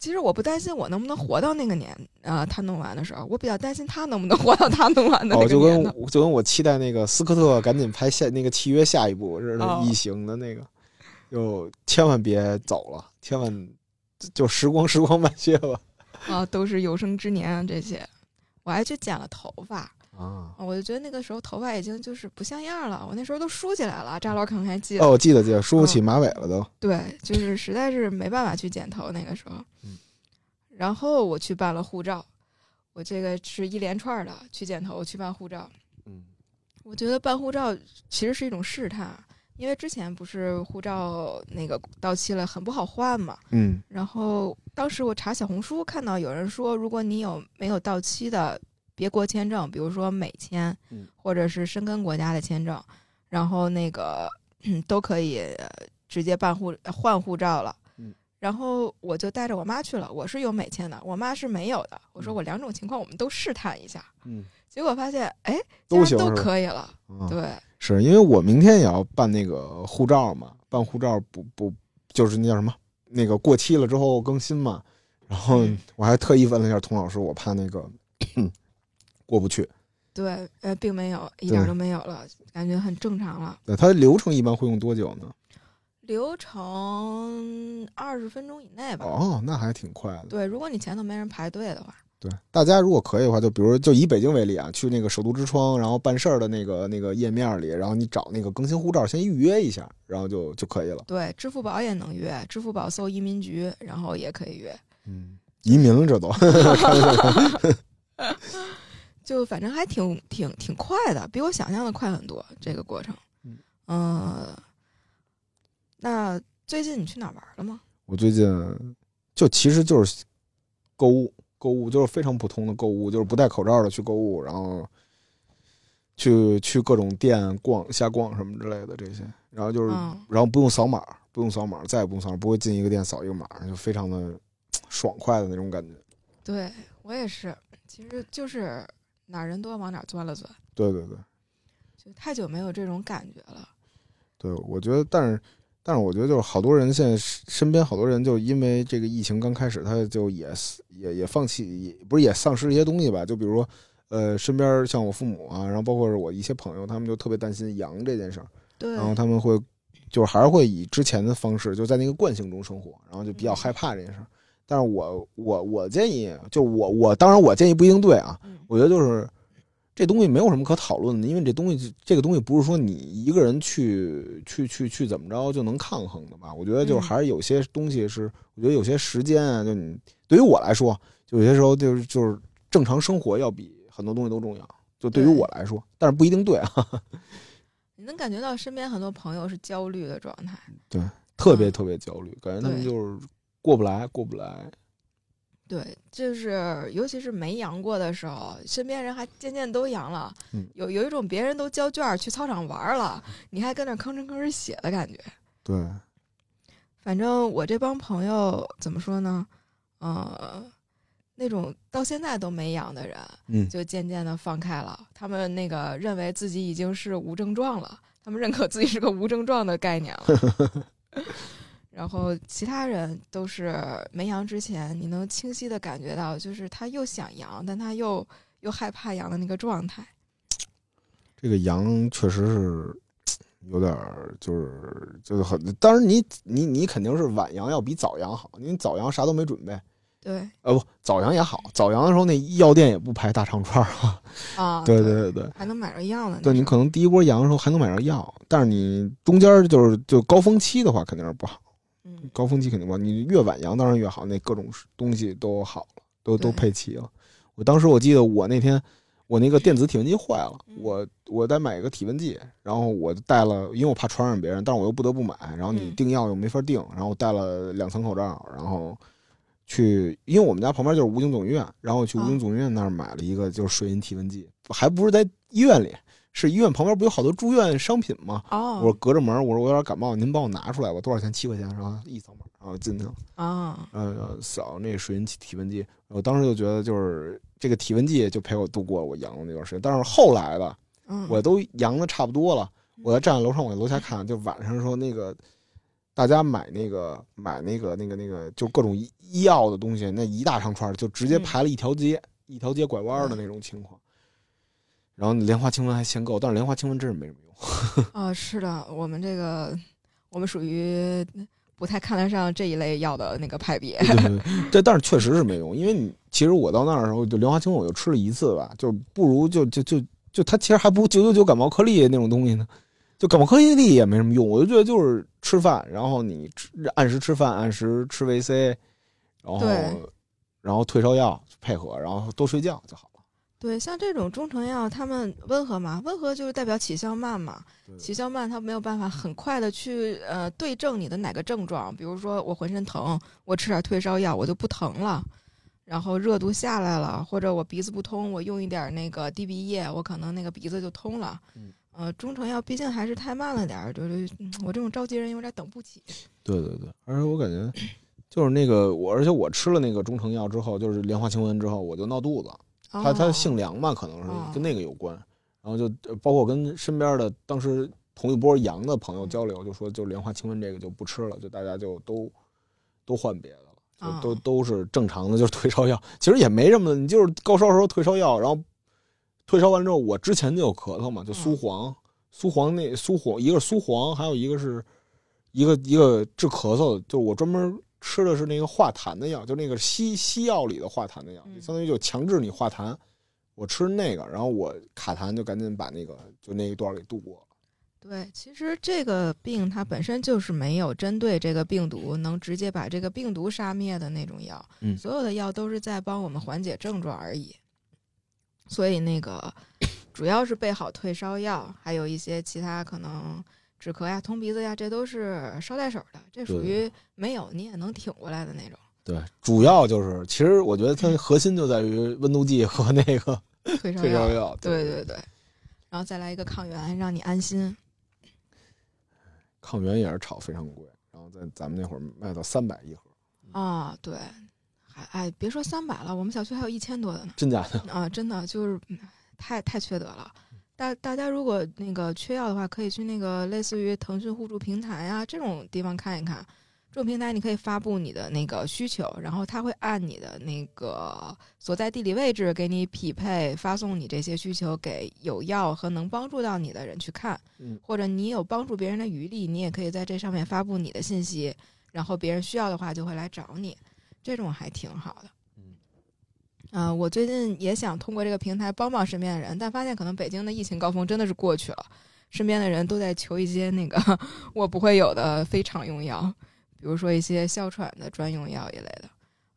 Speaker 1: 其实我不担心我能不能活到那个年啊、呃，他弄完的时候，我比较担心他能不能活到他弄完的那
Speaker 2: 哦，
Speaker 1: 个
Speaker 2: 就
Speaker 1: 年
Speaker 2: 跟
Speaker 1: 头。
Speaker 2: 就跟我期待那个斯科特赶紧拍下那个契约下一部，这是
Speaker 1: 哦
Speaker 2: 异形的那个，就千万别走了，千万就时光时光慢些吧。
Speaker 1: 啊，都是有生之年啊这些。我还去剪了头发，
Speaker 2: 啊，
Speaker 1: 我就觉得那个时候头发已经就是不像样了，我那时候都梳起来了，扎老肯还记得。嗯
Speaker 2: 哦，我记得记得，梳不起马尾了都。
Speaker 1: 对，就是实在是没办法去剪头那个时候。
Speaker 2: 嗯
Speaker 1: 然后我去办了护照，我这个是一连串儿的去剪头，去办护照。
Speaker 2: 嗯
Speaker 1: 我觉得办护照其实是一种试探，啊因为之前不是护照那个到期了很不好换嘛。
Speaker 2: 嗯
Speaker 1: 然后当时我查小红书看到有人说，如果你有没有到期的别国签证，比如说美签
Speaker 2: 嗯，
Speaker 1: 或者是申根国家的签证，然后那个 都可以呃直接办护呃换护照了
Speaker 2: 嗯。
Speaker 1: 然后我就带着我妈去了，我是有美签的，我妈是没有的。我说
Speaker 2: 嗯
Speaker 1: 我两种情况我们都试探一下，
Speaker 2: 嗯，
Speaker 1: 结果发现哎，
Speaker 2: 都
Speaker 1: 竟
Speaker 2: 行
Speaker 1: 然
Speaker 2: 是
Speaker 1: 都
Speaker 2: 吧
Speaker 1: 可以了。
Speaker 2: 啊
Speaker 1: 对，
Speaker 2: 是因为我明天也要办那个护照嘛，办护照不不就是那叫什么那个过期了之后更新嘛，然后
Speaker 1: 嗯
Speaker 2: 我还特意问了一下童老师，我怕那个 过不去。
Speaker 1: 对，呃，并没有，一点
Speaker 2: 对
Speaker 1: 都没有了，感觉很正常了。
Speaker 2: 对，它流程一般会用多久呢？
Speaker 1: 流程二十分钟以内吧。
Speaker 2: 哦，那还挺快的。
Speaker 1: 对，如果你前头没人排队的话，
Speaker 2: 对，大家如果可以的话，就比如就以北京为例啊，去那个首都之窗，然后办事儿的那个那个页面里，然后你找那个更新护照，先预约一下，然后就就可以了。
Speaker 1: 对，支付宝也能约，支付宝搜移民局，然后也可以约，
Speaker 2: 嗯，移民了这都。
Speaker 1: 就反正还挺挺挺快的，比我想象的快很多这个过程。
Speaker 2: 嗯
Speaker 1: 呃，那最近你去哪儿玩了吗？
Speaker 2: 我最近就其实就是购物，购物就是非常普通的购物，就是不戴口罩的去购物，然后去去各种店逛、瞎逛什么之类的这些，然后就是、
Speaker 1: 嗯
Speaker 2: 然后不用扫码，不用扫码，再也不用扫码，不会进一个店扫一个码，就非常的爽快的那种感觉。
Speaker 1: 对我也是，其实就是哪儿人多往哪儿钻了钻，
Speaker 2: 对对对
Speaker 1: 就太久没有这种感觉了。
Speaker 2: 对，我觉得，但是。但是我觉得，就是好多人现在身身边好多人，就因为这个疫情刚开始，他就也也也放弃，也不是也丧失一些东西吧？就比如说，呃，身边像我父母啊，然后包括是我一些朋友，他们就特别担心阳这件事儿，
Speaker 1: 对，
Speaker 2: 然后他们会就是还是会以之前的方式，就在那个惯性中生活，然后就比较
Speaker 1: 嗯
Speaker 2: 害怕这件事儿。但是我我我建议，就我我当然我建议不一定对啊，
Speaker 1: 嗯
Speaker 2: 我觉得就是这东西没有什么可讨论的，因为这东西这个东西不是说你一个人去去去去怎么着就能抗衡的吧？我觉得就是
Speaker 1: 嗯
Speaker 2: 还是有些东西是，我觉得有些时间啊，就你对于我来说，就有些时候就是就是正常生活要比很多东西都重要。就对于
Speaker 1: 对
Speaker 2: 我来说，但是不一定对啊，
Speaker 1: 你能感觉到身边很多朋友是焦虑的状态。
Speaker 2: 特别
Speaker 1: 嗯
Speaker 2: 特别焦虑，感觉他
Speaker 1: 对
Speaker 2: 们就是过不来，过不来。
Speaker 1: 对，就是尤其是没阳过的时候，身边人还渐渐都阳了，
Speaker 2: 嗯
Speaker 1: 有有一种别人都交卷儿去操场玩儿了，你还跟那儿吭哧吭哧写的感觉。
Speaker 2: 对，
Speaker 1: 反正我这帮朋友怎么说呢？呃，那种到现在都没阳的人，
Speaker 2: 嗯，
Speaker 1: 就渐渐的放开了，他们那个认为自己已经是无症状了，他们认可自己是个无症状的概念了。 然后其他人都是没阳之前，你能清晰的感觉到，就是他又想阳，但他又又害怕阳的那个状态。
Speaker 2: 这个羊确实是有点儿，就是就是很，当然你你你肯定是晚羊要比早羊好，因为早羊啥都没准备，
Speaker 1: 对
Speaker 2: 呃不，早羊也好，早羊的时候那药店也不排大肠串儿啊，
Speaker 1: 啊，
Speaker 2: 对对对对。
Speaker 1: 还能买着药呢。
Speaker 2: 对你可能第一波羊的时候还能买着药，但是你中间就是就高峰期的话肯定是不好，
Speaker 1: 嗯，
Speaker 2: 高峰期肯定不好。你越晚羊当然越好，那各种东西都好了，都都
Speaker 1: 对
Speaker 2: 配齐了。我当时我记得我那天我那个电子体温计坏了，
Speaker 1: 嗯
Speaker 2: 我我得买个体温计，然后我就带了，因为我怕传染别人，但是我又不得不买。然后你
Speaker 1: 嗯
Speaker 2: 订药又没法订，然后我带了两层口罩，然后去，因为我们家旁边就是武警总医院，然后去武警
Speaker 1: 啊
Speaker 2: 总医院那儿买了一个就是水银体温计，还不是在医院里，是医院旁边不有好多住院商品吗？我说
Speaker 1: 哦
Speaker 2: 隔着门，我说我有点感冒，您帮我拿出来吧，多少钱？七块钱，然后一扫码，然后进去了，
Speaker 1: 啊，
Speaker 2: 呃，扫那水银体温计，我当时就觉得就是这个体温计就陪我度过了我阳的那段时间，但是后来吧，
Speaker 1: 嗯，
Speaker 2: 我都阳的差不多了，我要站在楼上，我在楼下看，就晚上的时候那个大家买那个买那个那个那个，就各种医医药的东西，那一大长串儿，就直接
Speaker 1: 嗯
Speaker 2: 排了一条街，一条街拐弯儿的那种情况。然后莲花清瘟还限购，但是莲花清瘟真是没什么用。
Speaker 1: 啊，是的，我们这个我们属于不太看得上这一类药的那个派别。
Speaker 2: 对对 对，这但是确实是没用，因为你其实我到那儿的时候，就莲花清瘟我就吃了一次吧，就不如就就就就它其实还不如九九九感冒颗粒那种东西呢，就感冒颗粒也没什么用，我就觉得就是吃饭，然后你吃按时吃饭，按时吃维 C，然后
Speaker 1: 对
Speaker 2: 然后退烧药配合，然后多睡觉就好了。
Speaker 1: 对，像这种中成药，它们温和嘛，温和就是代表起效慢嘛
Speaker 2: 对，
Speaker 1: 起效慢，它没有办法很快的去呃对症你的哪个症状，比如说我浑身疼，我吃点退烧药我就不疼了，然后热度下来了，或者我鼻子不通，我用一点那个滴鼻液，我可能那个鼻子就通了。
Speaker 2: 嗯
Speaker 1: 呃，中成药毕竟还是太慢了点儿，就是嗯我这种着急人有点等不起。
Speaker 2: 对对对，而且我感觉就是那个我，而且我吃了那个中成药之后，就是莲花清瘟之后，我就闹肚子，他他
Speaker 1: 哦
Speaker 2: 姓梁嘛，可能是
Speaker 1: 哦
Speaker 2: 跟那个有关。然后就呃包括跟身边的当时同一波羊的朋友
Speaker 1: 嗯
Speaker 2: 交流，就说就莲花清瘟这个就不吃了，就大家就都都换别的了，就都
Speaker 1: 哦
Speaker 2: 都是正常的，就是退烧药。其实也没什么，你就是高烧时候退烧药，然后退烧完之后，我之前就有咳嗽嘛，就苏
Speaker 1: 嗯
Speaker 2: 黄，苏黄那苏黄，一个是苏黄，还有一个是一个一个治咳嗽的，就我专门吃的是那个化痰的药，就那个西西药里的化痰的药，
Speaker 1: 嗯
Speaker 2: 就相当于就强制你化痰。我吃那个，然后我卡痰就赶紧把那个就那一段给度过了。
Speaker 1: 对，其实这个病它本身就是没有针对这个病毒能直接把这个病毒杀灭的那种药，
Speaker 2: 嗯
Speaker 1: 所有的药都是在帮我们缓解症状而已。所以那个主要是备好退烧药，还有一些其他可能止咳呀、通鼻子呀，这都是捎带手的，这属
Speaker 2: 对
Speaker 1: 于没有你也能挺过来的那 种
Speaker 2: 对，主要就是其实我觉得它核心就在于温度计和那 个
Speaker 1: 退烧
Speaker 2: 退
Speaker 1: 药。
Speaker 2: 烧药。
Speaker 1: 对对对，然后再来一个抗原，让你安心。
Speaker 2: 抗原也是炒非常贵，然后在咱们那会儿卖到三百一盒，
Speaker 1: 啊，对，还哎，别说三百了，我们小区还有一千多的呢。
Speaker 2: 真假的？
Speaker 1: 啊，真的就是嗯太太缺德了。大大家如果那个缺药的话，可以去那个类似于腾讯互助平台啊这种地方看一看。这种平台你可以发布你的那个需求，然后它会按你的那个所在地理位置给你匹配发送你这些需求给有药和能帮助到你的人去看，
Speaker 2: 嗯
Speaker 1: 或者你有帮助别人的余力，你也可以在这上面发布你的信息，然后别人需要的话就会来找你，这种还挺好的。啊、我最近也想通过这个平台帮帮身边的人，但发现可能北京的疫情高峰真的是过去了，身边的人都在求一些那个 我不会有的非常用药，比如说一些哮喘的专用药一类的。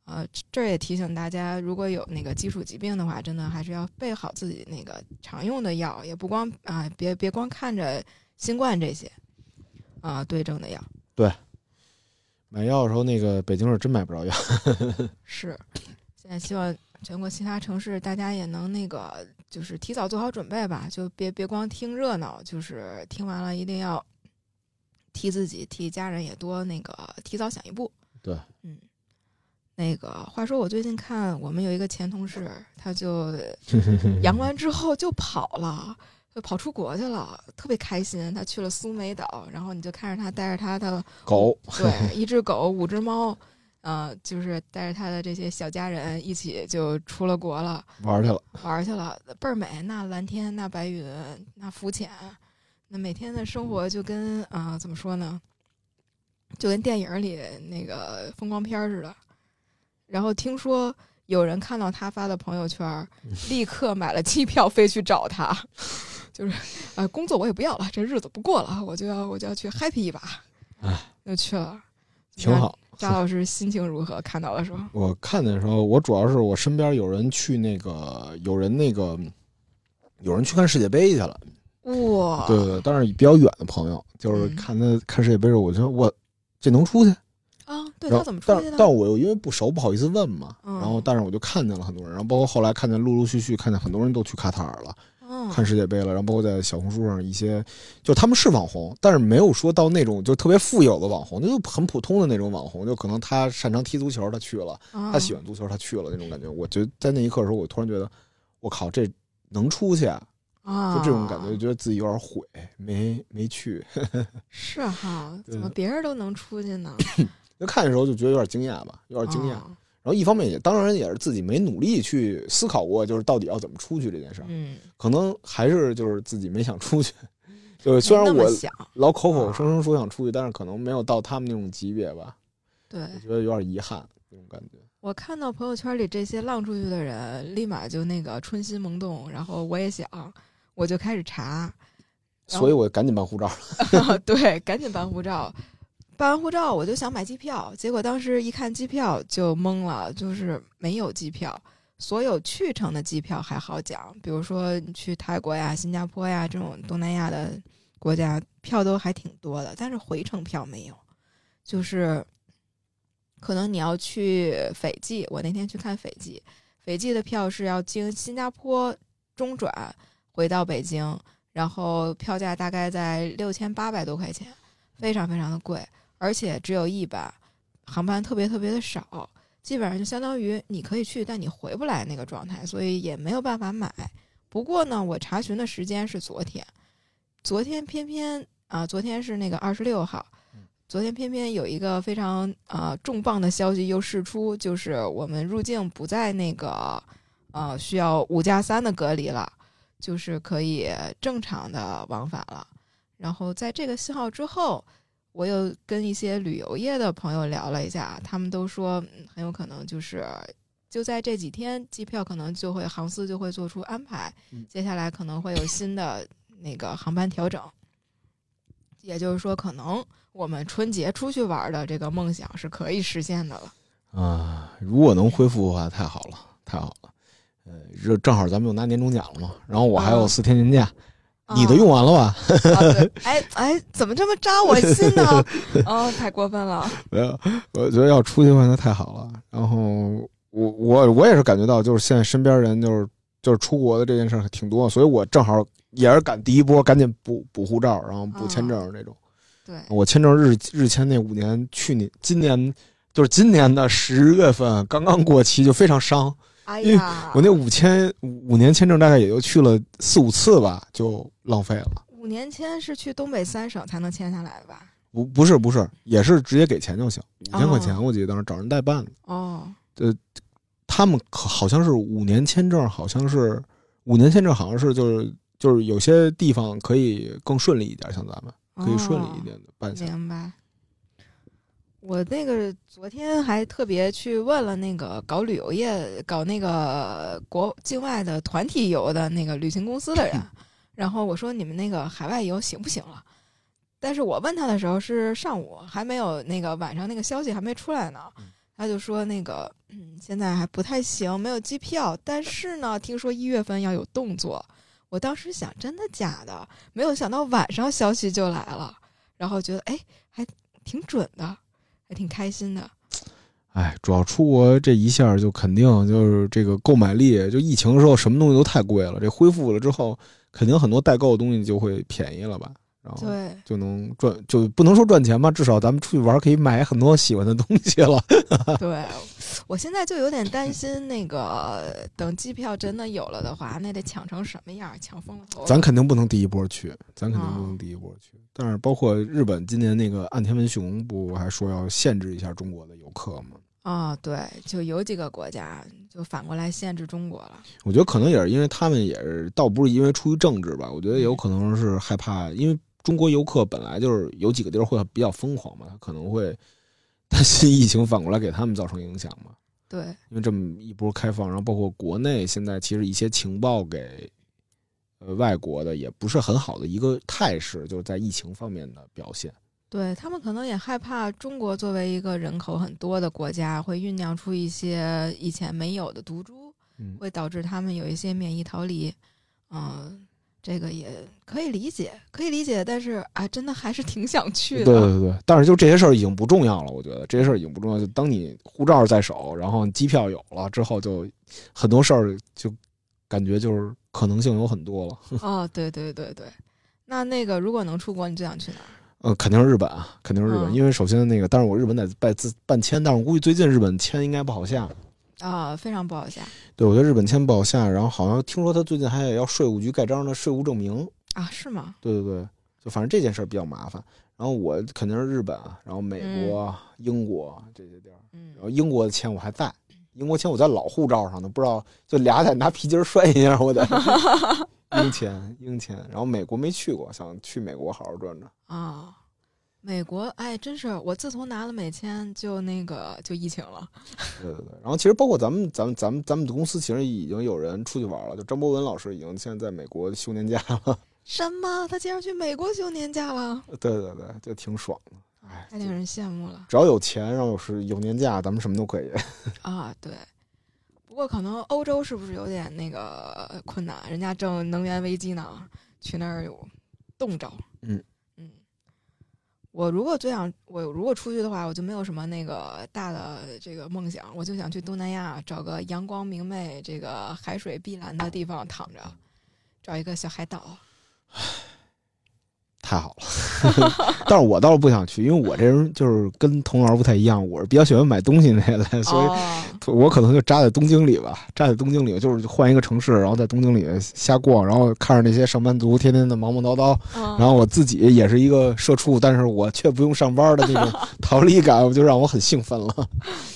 Speaker 1: 啊、这这儿也提醒大家，如果有那个基础疾病的话，真的还是要备好自己那个常用的药，也不光啊、别别光看着新冠这些啊、对症的药
Speaker 2: 买药的时候，那个北京是真买不着药。
Speaker 1: 是。现在希望全国其他城市大家也能那个，就是提早做好准备吧，就别别光听热闹，就是听完了一定要替自己、替家人也多那个提早想一步。
Speaker 2: 对，
Speaker 1: 嗯，那个话说，我最近看我们有一个前同事，他就阳完之后就跑了。就跑出国去了，特别开心。他去了苏梅岛，然后你就看着他带着他的
Speaker 2: 狗，
Speaker 1: 对，一只狗，五只猫，呃，就是带着他的这些小家人一起就出了国了，
Speaker 2: 玩儿去了。
Speaker 1: 玩儿去了，倍儿美，那蓝天，那白云，那浮潜，那每天的生活就跟啊、呃怎么说呢，就跟电影里那个风光片儿似的。然后听说有人看到他发的朋友圈 儿，立刻买了机票飞去找他， 就是呃，工作我也不要了，这日子不过了，我就要我就要去 happy 一把
Speaker 2: 哎，
Speaker 1: 就去了，
Speaker 2: 挺。好。
Speaker 1: 扎老师心情如何？看到的时候，
Speaker 2: 我看的时候，我主要是我身边有人去那个，有人那个，有人去看世界杯去了。
Speaker 1: 哇，
Speaker 2: 对对对，但是比较远的朋友，就是
Speaker 1: 啊嗯
Speaker 2: 看他、看世界杯的时候，我就说我这能出去？
Speaker 1: 啊，对
Speaker 2: 然
Speaker 1: 他
Speaker 2: 后
Speaker 1: 怎么出
Speaker 2: 但
Speaker 1: 去的？
Speaker 2: 但我又因为不熟，不好意思问嘛。
Speaker 1: 嗯
Speaker 2: 然后，但是我就看见了很多人，然后包括后来看见陆陆续续看见很多人都去卡塔尔了，
Speaker 1: 嗯，
Speaker 2: 看世界杯了，然后包括在小红书上一些，就他们是网红，但是没有说到那种就特别富有的网红，就很普通的那种网红，就可能他擅长踢足球，他去了。
Speaker 1: 他
Speaker 2: 他喜欢足球，他去了那种感觉。我觉得在那一刻的时候，我突然觉得，我靠，这能出去啊？
Speaker 1: 啊，
Speaker 2: 就这种感觉，觉得自己有点悔，没没去。
Speaker 1: 是哈，
Speaker 2: 对
Speaker 1: 怎么别人都能出去呢？
Speaker 2: 就看的时候就觉得有点惊讶吧，有点惊讶。
Speaker 1: 哦
Speaker 2: 然后一方面也当然也是自己没努力去思考过，就是到底要怎么出去这件事儿，
Speaker 1: 嗯，
Speaker 2: 可能还是就是自己没想出 去。就是虽然
Speaker 1: 没那
Speaker 2: 我
Speaker 1: 么啊想，
Speaker 2: 老口口声声说想出去，但是可能没有到他们那种级别吧，
Speaker 1: 对
Speaker 2: 我觉得有点遗憾那种感觉。
Speaker 1: 我看到朋友圈里这些浪出去的人，立马就那个春心萌动，然后我也想，我就开始查，然后
Speaker 2: 所以我赶紧办护照了。
Speaker 1: 对，赶紧办护照。办完护照，我就想买机票，结果当时一看机票就懵了，就是没有机票。所有去程的机票还好讲，比如说你去泰国呀、新加坡呀这种东南亚的国家，票都还挺多的，但是回程票没有。就是可能你要去斐济，我那天去看斐济，斐济的票是要经新加坡中转回到北京，然后票价大概在六千八百多块钱，非常非常的贵，而且只有一班，航班特别特别的少，基本上就相当于你可以去，但你回不来那个状态，所以也没有办法买。不过呢，我查询的时间是昨天，昨天偏偏啊，昨天是那个二十六号
Speaker 2: 嗯，
Speaker 1: 昨天偏偏有一个非常啊、呃重磅的消息又释出，就是我们入境不在那个呃需要五加三的隔离了。就是可以正常的往返了。然后在这个信号之后，我又跟一些旅游业的朋友聊了一下，他们都说嗯很有可能就是就在这几天，机票可能就会航司就会做出安排
Speaker 2: 嗯，
Speaker 1: 接下来可能会有新的那个航班调整。也就是说，可能我们春节出去玩的这个梦想是可以实现的了。
Speaker 2: 啊，如果能恢复的话，太好了，太好了。呃，这正好咱们又拿年终奖了嘛，然后我还有
Speaker 1: 啊
Speaker 2: 四天年假，你的用完了吧？
Speaker 1: 啊，啊哦对哎哎，怎么这么扎我心呢？哦，太过分 了。
Speaker 2: 没有，我觉得要出去的话，那太好了。然后我我我也是感觉到，就是现在身边人就是就是出国的这件事儿挺多，所以我正好也是赶第一波，赶紧补补护照，然后补签证那种。
Speaker 1: 对，
Speaker 2: 我签证日日签那五年，去年今年就是今年的十月份刚刚过期，就非常伤。
Speaker 1: 哎
Speaker 2: 因为
Speaker 1: 呀，
Speaker 2: 我那五千五年签证大概也就去了四五次吧，就浪费了。
Speaker 1: 五年签是去东北三省才能签下来吧？
Speaker 2: 不不是不是，也是直接给钱就行，五千块
Speaker 1: 哦
Speaker 2: 钱我记得当时找人代办的。
Speaker 1: 哦，
Speaker 2: 他们可好像是五年签证，好像是五年签证，好像是就是就是有些地方可以更顺利一点，像咱们可以顺利一点的办下来。
Speaker 1: 哦明白。我那个昨天还特别去问了那个搞旅游业、搞那个国境外的团体游的那个旅行公司的人，然后我说你们那个海外游行不行了？但是我问他的时候是上午，还没有那个晚上那个消息还没出来呢
Speaker 2: 嗯，
Speaker 1: 他就说那个嗯现在还不太行，没有机票，但是呢听说一月份要有动作。我当时想真的假的，没有想到晚上消息就来了。然后觉得哎，还挺准的，还挺开心的。
Speaker 2: 哎，主要出国这一下就肯定就是这个购买力，就疫情的时候什么东西都太贵了，这恢复了之后，肯定很多代购的东西就会便宜了吧，然后
Speaker 1: 对，
Speaker 2: 就能赚，就不能说赚钱吧，至少咱们出去玩可以买很多喜欢的东西了。
Speaker 1: 对，我现在就有点担心，那个等机票真的有了的话，那得抢成什么样？抢疯了头了。
Speaker 2: 咱肯定不能第一波去，咱肯定不能第一波去。但是包括日本今年那个岸田文雄不还说要限制一下中国的游客吗？
Speaker 1: 啊、对，就有几个国家就反过来限制中国了。
Speaker 2: 我觉得可能也是因为他们也是，倒不是因为出于政治吧，我觉得也有可能是害怕，因为中国游客本来就是有几个地儿会比较疯狂嘛，他可能会担心疫情反过来给他们造成影响嘛。
Speaker 1: 对，
Speaker 2: 因为这么一波开放，然后包括国内现在其实一些情报给呃外国的也不是很好的一个态势，就是在疫情方面的表现。
Speaker 1: 对他们可能也害怕中国作为一个人口很多的国家，会酝酿出一些以前没有的毒株，
Speaker 2: 嗯
Speaker 1: 会导致他们有一些免疫逃离。嗯、这个也可以理解，可以理解，但是啊，真的还是挺想去
Speaker 2: 对
Speaker 1: 的。
Speaker 2: 对对，但是就这些事儿已经不重要了，我觉得这些事儿已经不重要。就当你护照在手，然后机票有了之后，就很多事儿就感觉就是可能性有很多了。
Speaker 1: 哦，对对对对。那那个，如果能出国，你最想去哪儿？
Speaker 2: 呃，肯定是日本啊，肯定是日本，
Speaker 1: 嗯
Speaker 2: 因为首先那个，但是我日本得办自办签，但是我估计最近日本签应该不好下，
Speaker 1: 啊，非常不好下
Speaker 2: 对，我觉得日本签不好下，然后好像听说他最近还也要税务局盖章的税务证明。
Speaker 1: 啊，是吗？
Speaker 2: 对对对，就反正这件事儿比较麻烦。然后我肯定是日本啊，然后美国、英国这些地儿。
Speaker 1: 嗯
Speaker 2: 然后英国的签我还在，英国签我在老护照上呢，不知道就俩得拿皮筋儿拴一下，我得英签英签。然后美国没去过，想去美国好好转转。
Speaker 1: 啊。美国，哎，真是我自从拿了美签，就那个就疫情了。
Speaker 2: 对对对。然后其实包括咱们咱们咱们咱们的公司，其实已经有人出去玩了，就张博文老师已经现在在美国休年假了。
Speaker 1: 什么？他竟然去美国休年假了，
Speaker 2: 对对对，就挺爽的。哎，
Speaker 1: 太令人羡慕了。
Speaker 2: 只要有钱，然后有时有年假，咱们什么都可以。
Speaker 1: 啊，对。不过可能欧洲是不是有点那个困难？人家正能源危机呢，去那儿有冻着。
Speaker 2: 嗯
Speaker 1: 嗯，我如果最想，我如果出去的话，我就没有什么那个大的这个梦想，我就想去东南亚找个阳光明媚、这个海水碧蓝的地方躺着，找一个小海岛。
Speaker 2: 太好了， 但是我倒是不想去，因为我这人就是跟童老师不太一样，我是比较喜欢买东西那类， 所以
Speaker 1: 哦，
Speaker 2: 我可能就扎在东京里吧，扎在东京里就是换一个城市，然后在东京里瞎逛，然后看着那些上班族天天的忙忙叨叨，
Speaker 1: 嗯、
Speaker 2: 然后我自己也是一个社畜，但是我却不用上班的那种 逃离感，我就让我很兴奋了。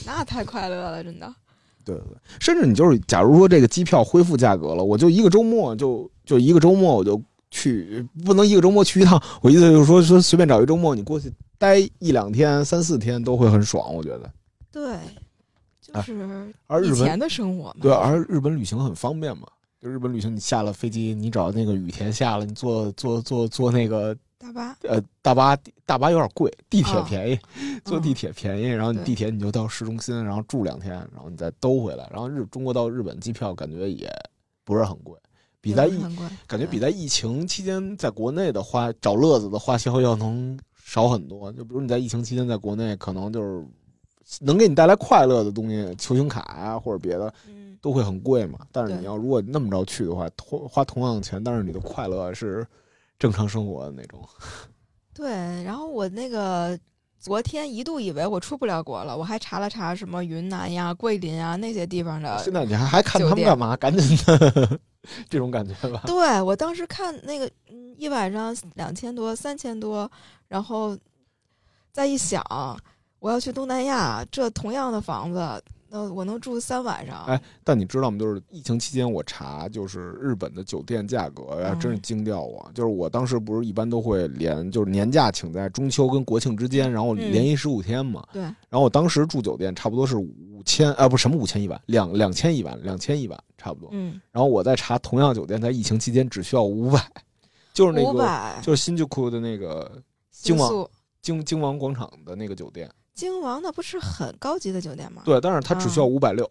Speaker 1: 那太快乐了，真的。
Speaker 2: 啊对对对，甚至你就是，假如说这个机票恢复价格了，我就一个周末就就一个周末我就去，不能一个周末去一趟。我意思就是说说随便找一周末你过去待一两天、三四天都会很爽，我觉得。
Speaker 1: 对，就
Speaker 2: 哎
Speaker 1: 是
Speaker 2: 而
Speaker 1: 以
Speaker 2: 日本
Speaker 1: 前的生活嘛。
Speaker 2: 对，而日本旅行很方便嘛。就日本旅行，你下了飞机，你找那个羽田下了，你坐坐坐坐那个
Speaker 1: 大巴
Speaker 2: 呃大巴，大巴有点贵，地铁
Speaker 1: 啊
Speaker 2: 便宜，坐
Speaker 1: 嗯
Speaker 2: 地铁便宜，然后你
Speaker 1: 对
Speaker 2: 地铁你就到市中心，然后住两天，然后你再兜回来。然后日中国到日本机票感觉也不是很贵，比
Speaker 1: 也
Speaker 2: 在
Speaker 1: 不是
Speaker 2: 疫
Speaker 1: 很贵
Speaker 2: 感觉比
Speaker 1: 对
Speaker 2: 在疫情期间在国内的花找乐子的花销要能少很多。就比如你在疫情期间在国内，可能就是能给你带来快乐的东西，球星卡啊或者别的
Speaker 1: 嗯
Speaker 2: 都会很贵嘛。但是
Speaker 1: 对
Speaker 2: 你要如果那么着去的话，同花同样的钱，但是你的快乐是正常生活的那种。
Speaker 1: 呃对，然后我那个昨天一度以为我出不了国了，我还查了查什么云南呀、桂林啊那些地方
Speaker 2: 现
Speaker 1: 的。
Speaker 2: 在你还还看
Speaker 1: 酒
Speaker 2: 他们
Speaker 1: 店
Speaker 2: 干嘛？赶紧的， 这种感觉吧。
Speaker 1: 对我当时看那个，嗯，一晚上两千多、三千多，然后再一想，我要去东南亚，这同样的房子，那我能住三晚上。
Speaker 2: 哎但你知道吗？就是疫情期间，我查就是日本的酒店价格，哎呀，
Speaker 1: 嗯
Speaker 2: 真是惊掉我。就是我当时不是一般都会连就是年假请在中秋跟国庆之间，然后
Speaker 1: 嗯
Speaker 2: 连一十五天嘛。
Speaker 1: 对，
Speaker 2: 然后我当时住酒店差不多是五千啊，不什么五千一晚，两两千一晚，两千一晚差不多。
Speaker 1: 嗯，
Speaker 2: 然后我在查同样酒店在疫情期间只需要五百，就是那
Speaker 1: 五
Speaker 2: 个
Speaker 1: 百
Speaker 2: 就是新宿库的那个
Speaker 1: 住
Speaker 2: 京王
Speaker 1: 宿。
Speaker 2: 京京王广场的那个酒店，
Speaker 1: 京王那不是很高级的酒店吗？
Speaker 2: 对，但是它只需要
Speaker 1: 啊
Speaker 2: 五百六，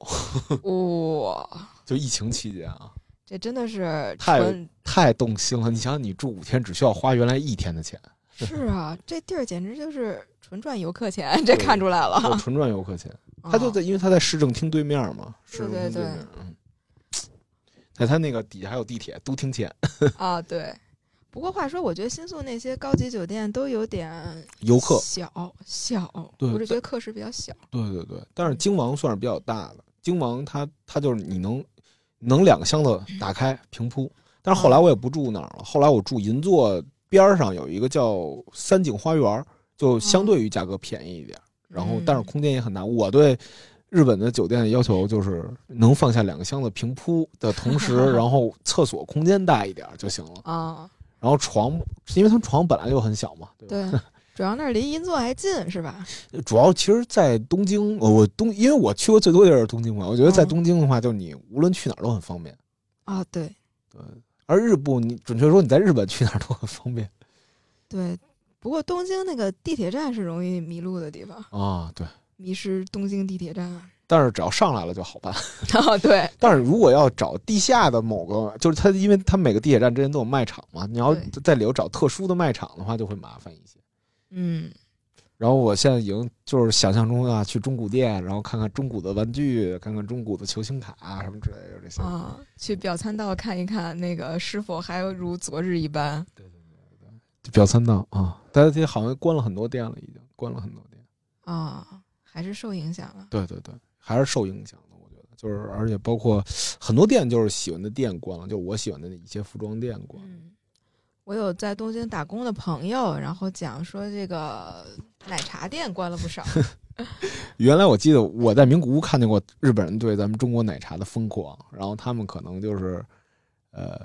Speaker 1: 哇、
Speaker 2: 就疫情期间啊。
Speaker 1: 这真的是
Speaker 2: 太
Speaker 1: 纯
Speaker 2: 太动心了！你想，想，你住五天只需要花原来一天的钱，
Speaker 1: 是啊，这地儿简直就是纯赚游客钱，这看出来了。
Speaker 2: 就纯赚游客钱。他就在，因为他在市政厅对面嘛，市政厅
Speaker 1: 啊对
Speaker 2: 面，嗯，在他那个底下还有地铁都停钱，
Speaker 1: 啊，对。不过话说，我觉得新宿那些高级酒店都有点
Speaker 2: 游客。
Speaker 1: 小小，
Speaker 2: 对
Speaker 1: 我是觉得客室比较小。
Speaker 2: 对对对，但是京王算是比较大的，京王它它就是你能能两个箱子打开平铺，但是后来我也不住那儿
Speaker 1: 嗯
Speaker 2: 了，后来我住银座边儿上有一个叫三井花园，就相对于价格便宜一点。然后
Speaker 1: 嗯
Speaker 2: 但是空间也很大。我对日本的酒店的要求就是能放下两个箱子平铺的同 时，然后厕所空间大一点就行了。
Speaker 1: 啊，
Speaker 2: 然后床，因为他们床本来就很小嘛，对吧？
Speaker 1: 对，主要那儿离银座还近是吧？
Speaker 2: 主要其实，在东京，呃我东因为我去过最多地儿是东京嘛，我觉得在
Speaker 1: 嗯
Speaker 2: 东京的话，就你无论去哪儿都很方便。
Speaker 1: 啊，对
Speaker 2: 对，而日部，你准确说你在日本去哪儿都很方便
Speaker 1: 对。不过东京那个地铁站是容易迷路的地方，
Speaker 2: 啊。对，
Speaker 1: 迷失东京地铁站。
Speaker 2: 但是只要上来了就好办。
Speaker 1: 啊，对，
Speaker 2: 但是如果要找地下的某个，就是它，因为它每个地铁站之间都有卖场嘛，你要
Speaker 1: 对
Speaker 2: 在里头找特殊的卖场的话，就会麻烦一些。
Speaker 1: 嗯，
Speaker 2: 然后我现在已经就是想象中啊，去中古店，然后看看中古的玩具，看看中古的球星卡啊什么之类的这些。
Speaker 1: 啊，去表参道看一看，那个是否还如昨日一般。
Speaker 2: 就表参道啊，但是这好像关了很多店了，已经关了很多店。
Speaker 1: 啊、还是受影响了。
Speaker 2: 对对对，还是受影响的，我觉得。就是而且包括很多店就是喜欢的店关了，就我喜欢的一些服装店关了。
Speaker 1: 嗯，我有在东京打工的朋友，然后讲说这个奶茶店关了不 少。
Speaker 2: 原来我记得我在名古屋看见过日本人对咱们中国奶茶的疯狂，然后他们可能就是，呃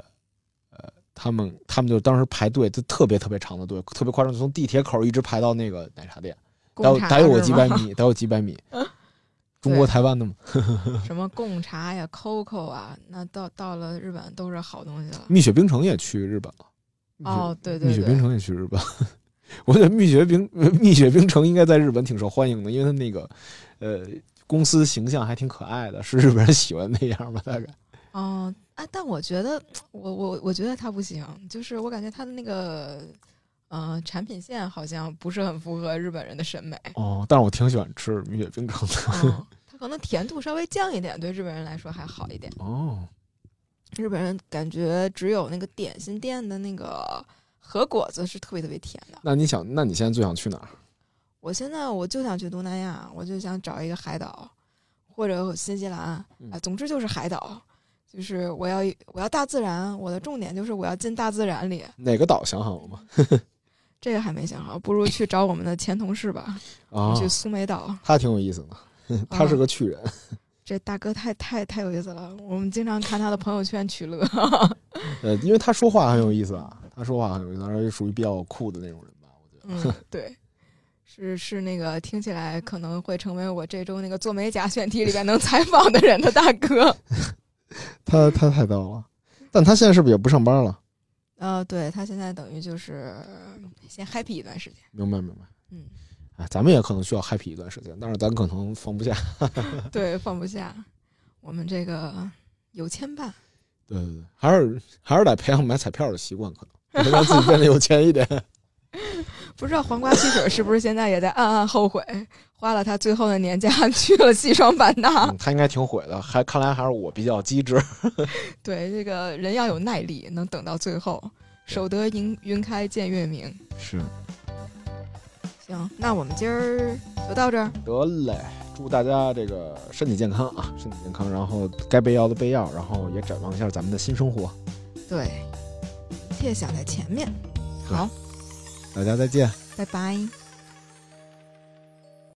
Speaker 2: 呃，他们他们就当时排队，就特别特别长的队，特别夸张，就从地铁口一直排到那个奶茶店，
Speaker 1: 贡
Speaker 2: 得有
Speaker 1: 茶
Speaker 2: 得有我
Speaker 1: 是
Speaker 2: 几
Speaker 1: 吗
Speaker 2: 百米，得有几百米。中国台湾的嘛，
Speaker 1: 什么贡茶呀、COCO 啊，那到到了日本都是好东西了。
Speaker 2: 蜜雪冰城也去日本了。
Speaker 1: 哦，对
Speaker 2: 蜜
Speaker 1: 对
Speaker 2: 雪冰
Speaker 1: 对，
Speaker 2: 城也去日本。我觉得蜜雪冰 蜜雪冰城应该在日本挺受欢迎的，因为它那个呃公司形象还挺可爱的，是日本人喜欢那样吧？大概
Speaker 1: 哦啊，但我觉得我我我觉得它不行，就是我感觉它的那个呃产品线好像不是很符合日本人的 审美。
Speaker 2: 哦，但是我挺喜欢吃蜜雪冰城的
Speaker 1: 嗯，它可能甜度稍微降一点，对日本人来说还好一点。
Speaker 2: 哦。
Speaker 1: 日本人感觉只有那个点心店的那个和果子是特别特别甜的。
Speaker 2: 那你想，那你现在最想去哪儿？
Speaker 1: 我现在我就想去东南亚，我就想找一个海岛，或者新西兰啊、
Speaker 2: 嗯
Speaker 1: 总之就是海岛。就是我要我要大自然，我的重点就是我要进大自然里。
Speaker 2: 哪个岛想好了吗？
Speaker 1: 这个还没想好，不如去找我们的前同事吧，
Speaker 2: 啊、
Speaker 1: 去苏梅岛。啊
Speaker 2: 他挺有意思的，他是个巨人。
Speaker 1: 这大哥太太太有意思了，我们经常看他的朋友圈取乐。
Speaker 2: 呃，因为他说话很有意思啊，他说话很有意思，而且属于比较酷的那种人吧。我觉 得
Speaker 1: 嗯，对，是是那个听起来可能会成为我这周那个做美甲选题里边能采访的人的大哥。
Speaker 2: 他他太逗了，但他现在是不是也不上班了？
Speaker 1: 呃，对他现在等于就是先 happy 一段时间。
Speaker 2: 明白明白。
Speaker 1: 嗯，
Speaker 2: 哎，咱们也可能需要 happy 一段时间，但是咱可能放不下。
Speaker 1: 对，放不下。我们这个有牵绊，
Speaker 2: 对对对，还是还是得培养买彩票的习惯，可能让自己变得有钱 一点。
Speaker 1: 不知道黄瓜汽水是不是现在也在暗暗后悔，花了他最后的年假去了西双版纳。
Speaker 2: 嗯他应该挺毁的，还看来还是我比较机智。
Speaker 1: 对，这个人要有耐力，能等到最后，守得云云开见月明。
Speaker 2: 是，
Speaker 1: 行，那我们今儿就到这儿。
Speaker 2: 得嘞，祝大家这个身体健康啊，身体健康，然后该备药的备药，然后也展望一下咱们的新生活。
Speaker 1: 对，切想在前面。
Speaker 2: 对
Speaker 1: 好，
Speaker 2: 大家再见。
Speaker 1: 拜拜。